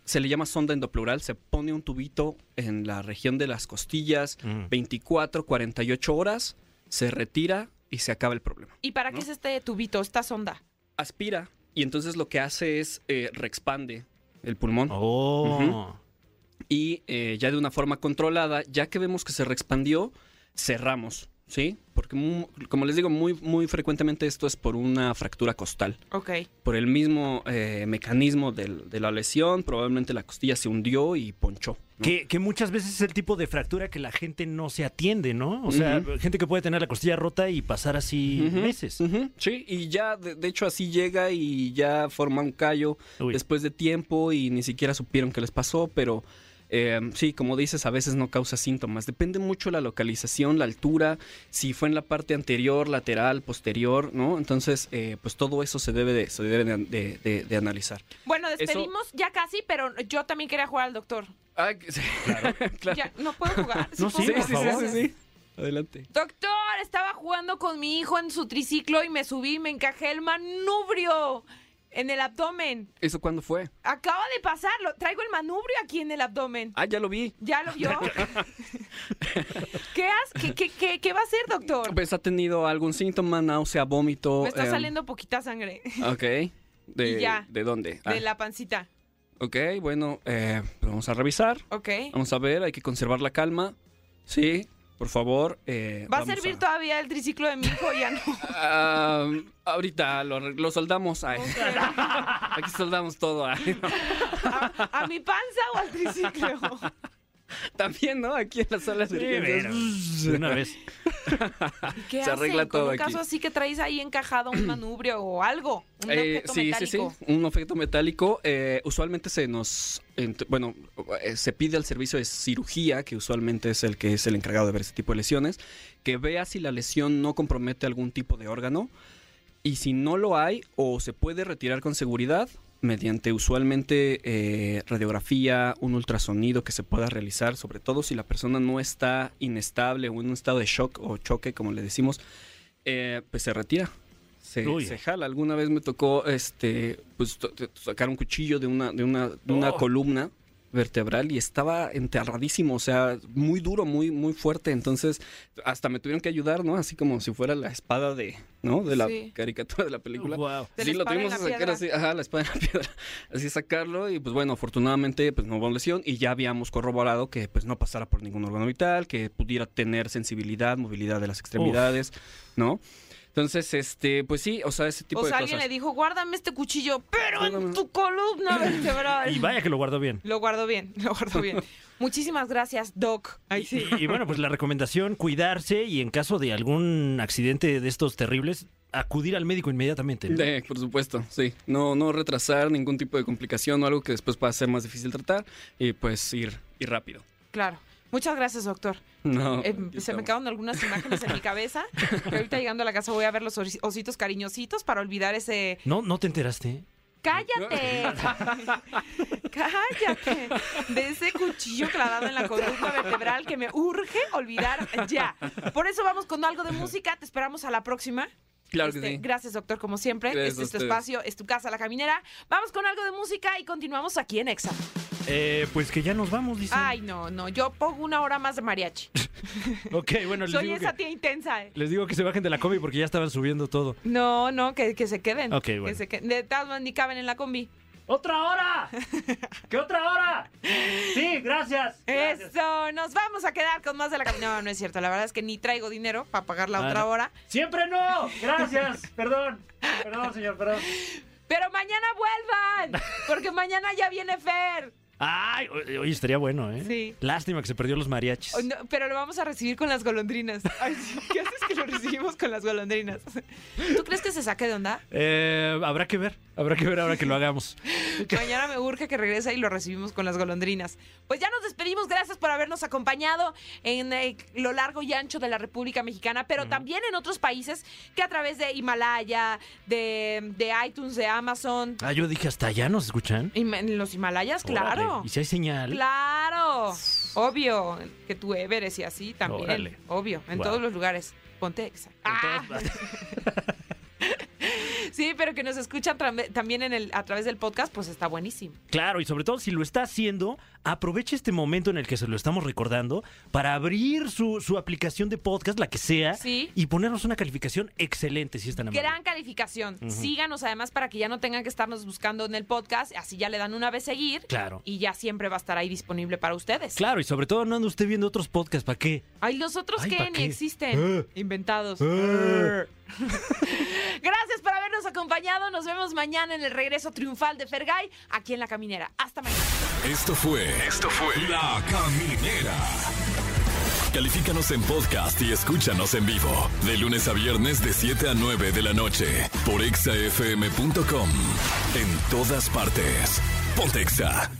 F: se le llama sonda endoplural, se pone un tubito en la región de las costillas,
C: Mm.
F: 24, 48 horas, se retira y se acaba el problema.
B: ¿Y para qué es este tubito, esta sonda?
F: Aspira y entonces lo que hace es eh, reexpande el pulmón.
C: Oh.
F: Ujú. Mm. y eh, ya de una forma controlada, ya que vemos que se reexpandió, cerramos, ¿sí? Porque mu- como les digo, muy, muy frecuentemente esto es por una fractura costal,
B: Ok.
F: por el mismo eh, mecanismo del- de la lesión, probablemente la costilla se hundió y ponchó. ¿no?
C: Que, que muchas veces es el tipo de fractura que la gente no se atiende, ¿no? O sea,
F: Ujú.
C: gente que puede tener la costilla rota y pasar así
F: Ujú,
C: meses.
F: ujú, sí, y ya, de, de hecho, así llega y ya forma un callo
C: Uy.
F: después de tiempo y ni siquiera supieron qué les pasó, pero eh, sí, como dices, a veces no causa síntomas. Depende mucho la localización, la altura, si fue en la parte anterior, lateral, posterior, ¿no? Entonces, eh, pues todo eso se debe de, se debe de, de- de- de analizar.
B: Bueno, despedimos ya casi, pero yo también quería jugar al doctor.
F: Ah, que- sí, [LAUGHS] claro.
B: Ya, no puedo jugar.
C: [LAUGHS] No,
B: puedo
C: sí,
B: jugar?
C: por favor.
B: Gracias.
F: Adelante.
B: Doctor, estaba jugando con mi hijo en su triciclo y me subí y me encajé el manubrio en el abdomen.
F: ¿Eso cuándo fue?
B: Acaba de pasarlo. Traigo el manubrio aquí en el abdomen.
F: Ah, ya lo vi.
B: ¿Ya lo
C: [LAUGHS]
B: vio? ¿Qué, has- qué, qué- qué- qué va a hacer, doctor?
F: Pues ha tenido algún síntoma, náusea, vómito.
B: Me está
F: em,
B: saliendo poquita sangre
F: Ok.
B: Y
F: ¿De,
B: ya.
F: ¿de dónde? Ah,
B: de la pancita.
F: Ok, bueno, eh, lo vamos a revisar.
B: ¿Ok?
F: Vamos a ver, hay que conservar la calma. Sí, por favor. eh,
B: ¿Va a
F: vamos
B: servir todavía el triciclo de mi hijo? Ya
C: [LAUGHS]
B: no.
F: Ah, ahorita lo, arreg- lo soldamos. Ay. Aquí soldamos todo. ay,
B: [LAUGHS]
F: no.
B: ¿A, a mi panza o al triciclo?
F: También, ¿no? Aquí en la sala de
C: Sí,
F: urgencias.
C: mira, de una vez.
B: ¿Y ¿Qué
F: Se arregla
B: hacen con
F: todo
B: un caso
F: aquí.
B: así que traéis ahí encajado
F: [CLEARS THROAT]
B: un manubrio o algo? Un
F: Eh,
B: objeto
F: sí, sí, sí,
B: metálico.
F: un objeto metálico. eh, usualmente se nos, ent- bueno, eh, se pide al servicio de cirugía, que usualmente es el que es el encargado de ver ese tipo de lesiones, que vea si la lesión no compromete algún tipo de órgano y si no lo hay o se puede retirar con seguridad mediante usualmente eh, radiografía, un ultrasonido que se pueda realizar, sobre todo si la persona no está inestable o en un estado de shock o choque, como le decimos, eh, pues se retira. Se,
C: Uy.
F: se jala. Alguna vez me tocó este pues to- to- sacar un cuchillo de una, de una, de una
C: Oh.
F: columna vertebral y estaba enterradísimo, o sea, muy duro, muy, muy fuerte. Entonces, hasta me tuvieron que ayudar, ¿no? Así como si fuera la espada de, ¿no? De la
B: Sí.
F: caricatura de la película.
C: Wow.
B: De la
F: Sí, lo
B: espada en
F: tuvimos
B: la
F: que sacar
B: piedra.
F: así, ajá, la espada en la piedra, [LAUGHS] así sacarlo y pues bueno, afortunadamente pues no hubo lesión y ya habíamos corroborado que pues no pasara por ningún órgano vital, que pudiera tener sensibilidad, movilidad de las extremidades, ¿no? Entonces, este, pues sí, o sea, ese tipo
B: O sea,
F: de
B: alguien
F: cosas.
B: le dijo, guárdame este cuchillo, pero en
F: Guárdame.
B: tu columna vertebral.
F: [CLEARS THROAT]
C: Y vaya que lo guardo bien.
B: Lo guardo bien, lo guardo
F: [LAUGHS]
B: bien. Muchísimas gracias, Doc. Ay, sí.
C: Y, y bueno, pues la recomendación, cuidarse y en caso de algún accidente de estos terribles, acudir al médico inmediatamente. ¿no?
F: Eh, por supuesto, sí. No, no retrasar ningún tipo de complicación o algo que después pueda ser más difícil tratar y pues ir, ir rápido.
B: Claro. Muchas gracias, doctor.
F: No.
B: Eh, se
F: aquí
B: me
F: estamos.
B: quedaron algunas imágenes en mi cabeza. que ahorita llegando a la casa voy a ver los ori- ositos cariñositos para olvidar ese.
C: No, no te enteraste.
B: ¡Cállate! [LAUGHS] ¡Cállate! De ese cuchillo clavado en la columna vertebral que me urge olvidar ya. Por eso vamos con algo de música. Te esperamos a la próxima.
F: Claro que
B: Este,
F: sí.
B: Gracias, doctor, como siempre.
F: Gracias
B: este
F: a
B: es tu
F: ustedes.
B: espacio, es tu casa, la caminera. Vamos con algo de música y continuamos aquí en Exa.
C: Eh, pues que ya nos vamos, dice.
B: Ay, no, no, yo pongo una hora más de
F: [LAUGHS]
B: mariachi.
C: Ok, bueno, les
B: Soy
C: digo,
B: esa
C: que,
B: tía intensa. eh.
C: les digo que se bajen de la combi porque ya estaban subiendo todo.
B: No, no, que, que se queden.
C: Ok,
B: Que
C: bueno.
B: se queden. De todas maneras, ni caben en la combi.
C: ¡Otra hora! ¡Que otra hora! Sí, gracias.
B: Eso, nos vamos a quedar con más de la caminera. No, no es cierto. La verdad es que ni traigo dinero para pagar la
C: Ah,
B: otra
C: no.
B: hora.
C: ¡Siempre no! Gracias. Perdón. Perdón, señor, perdón.
B: Pero mañana
C: [LAUGHS]
B: vuelvan, porque mañana ya viene Fer.
C: Ay, o- oye, estaría bueno, ¿eh?
B: Sí.
C: Lástima que se perdió los mariachis.
B: Oh, no, pero lo vamos a recibir con las golondrinas. Ay, sí, ¿Qué haces que lo recibimos con las golondrinas? ¿Tú crees que se saque de onda?
C: Eh, habrá que ver, habrá que ver
B: [LAUGHS]
C: ahora que lo hagamos.
B: Mañana me urge que regrese y lo recibimos con las golondrinas. Pues ya nos despedimos. Gracias por habernos acompañado en eh, lo largo y ancho de la República Mexicana, pero también en otros países que a través de Himalaya, de, de iTunes, de Amazon,
C: Ah, yo dije, ¿hasta allá nos escuchan?
B: y me- en los Himalayas, claro.
C: Órale, ¿Y si hay señal?
B: Claro, obvio, que tú Everest y así también,
C: Órale.
B: obvio, en
C: Guau.
B: todos los lugares. Ponte exa. Ah. [LAUGHS] sí, pero que nos escuchan tram- también en el, a través del podcast, pues está buenísimo.
C: Claro, y sobre todo si lo está haciendo, aproveche este momento en el que se lo estamos recordando para abrir su, su aplicación de podcast, la que sea,
B: Sí.
C: y ponernos una calificación excelente, si están
B: Gran calificación. Síganos además para que ya no tengan que estarnos buscando en el podcast, así ya le dan una vez seguir
C: Claro.
B: y ya siempre va a estar ahí disponible para ustedes.
C: Claro, y sobre todo no ande usted viendo otros podcasts, ¿para qué?
B: Ay, los otros
C: Ay,
B: que
C: ¿pa'
B: ni
C: qué?
B: existen.
C: Eh.
B: Inventados.
C: Eh.
B: [LAUGHS] Gracias por habernos acompañado. Nos vemos mañana en el regreso triunfal de Fergay aquí en La Caminera. Hasta mañana.
A: Esto fue. Esto fue. La Caminera. Califícanos en podcast y escúchanos en vivo. De lunes a viernes, de 7 a 9 de la noche. Por exafm.com. En todas partes. Pontexa.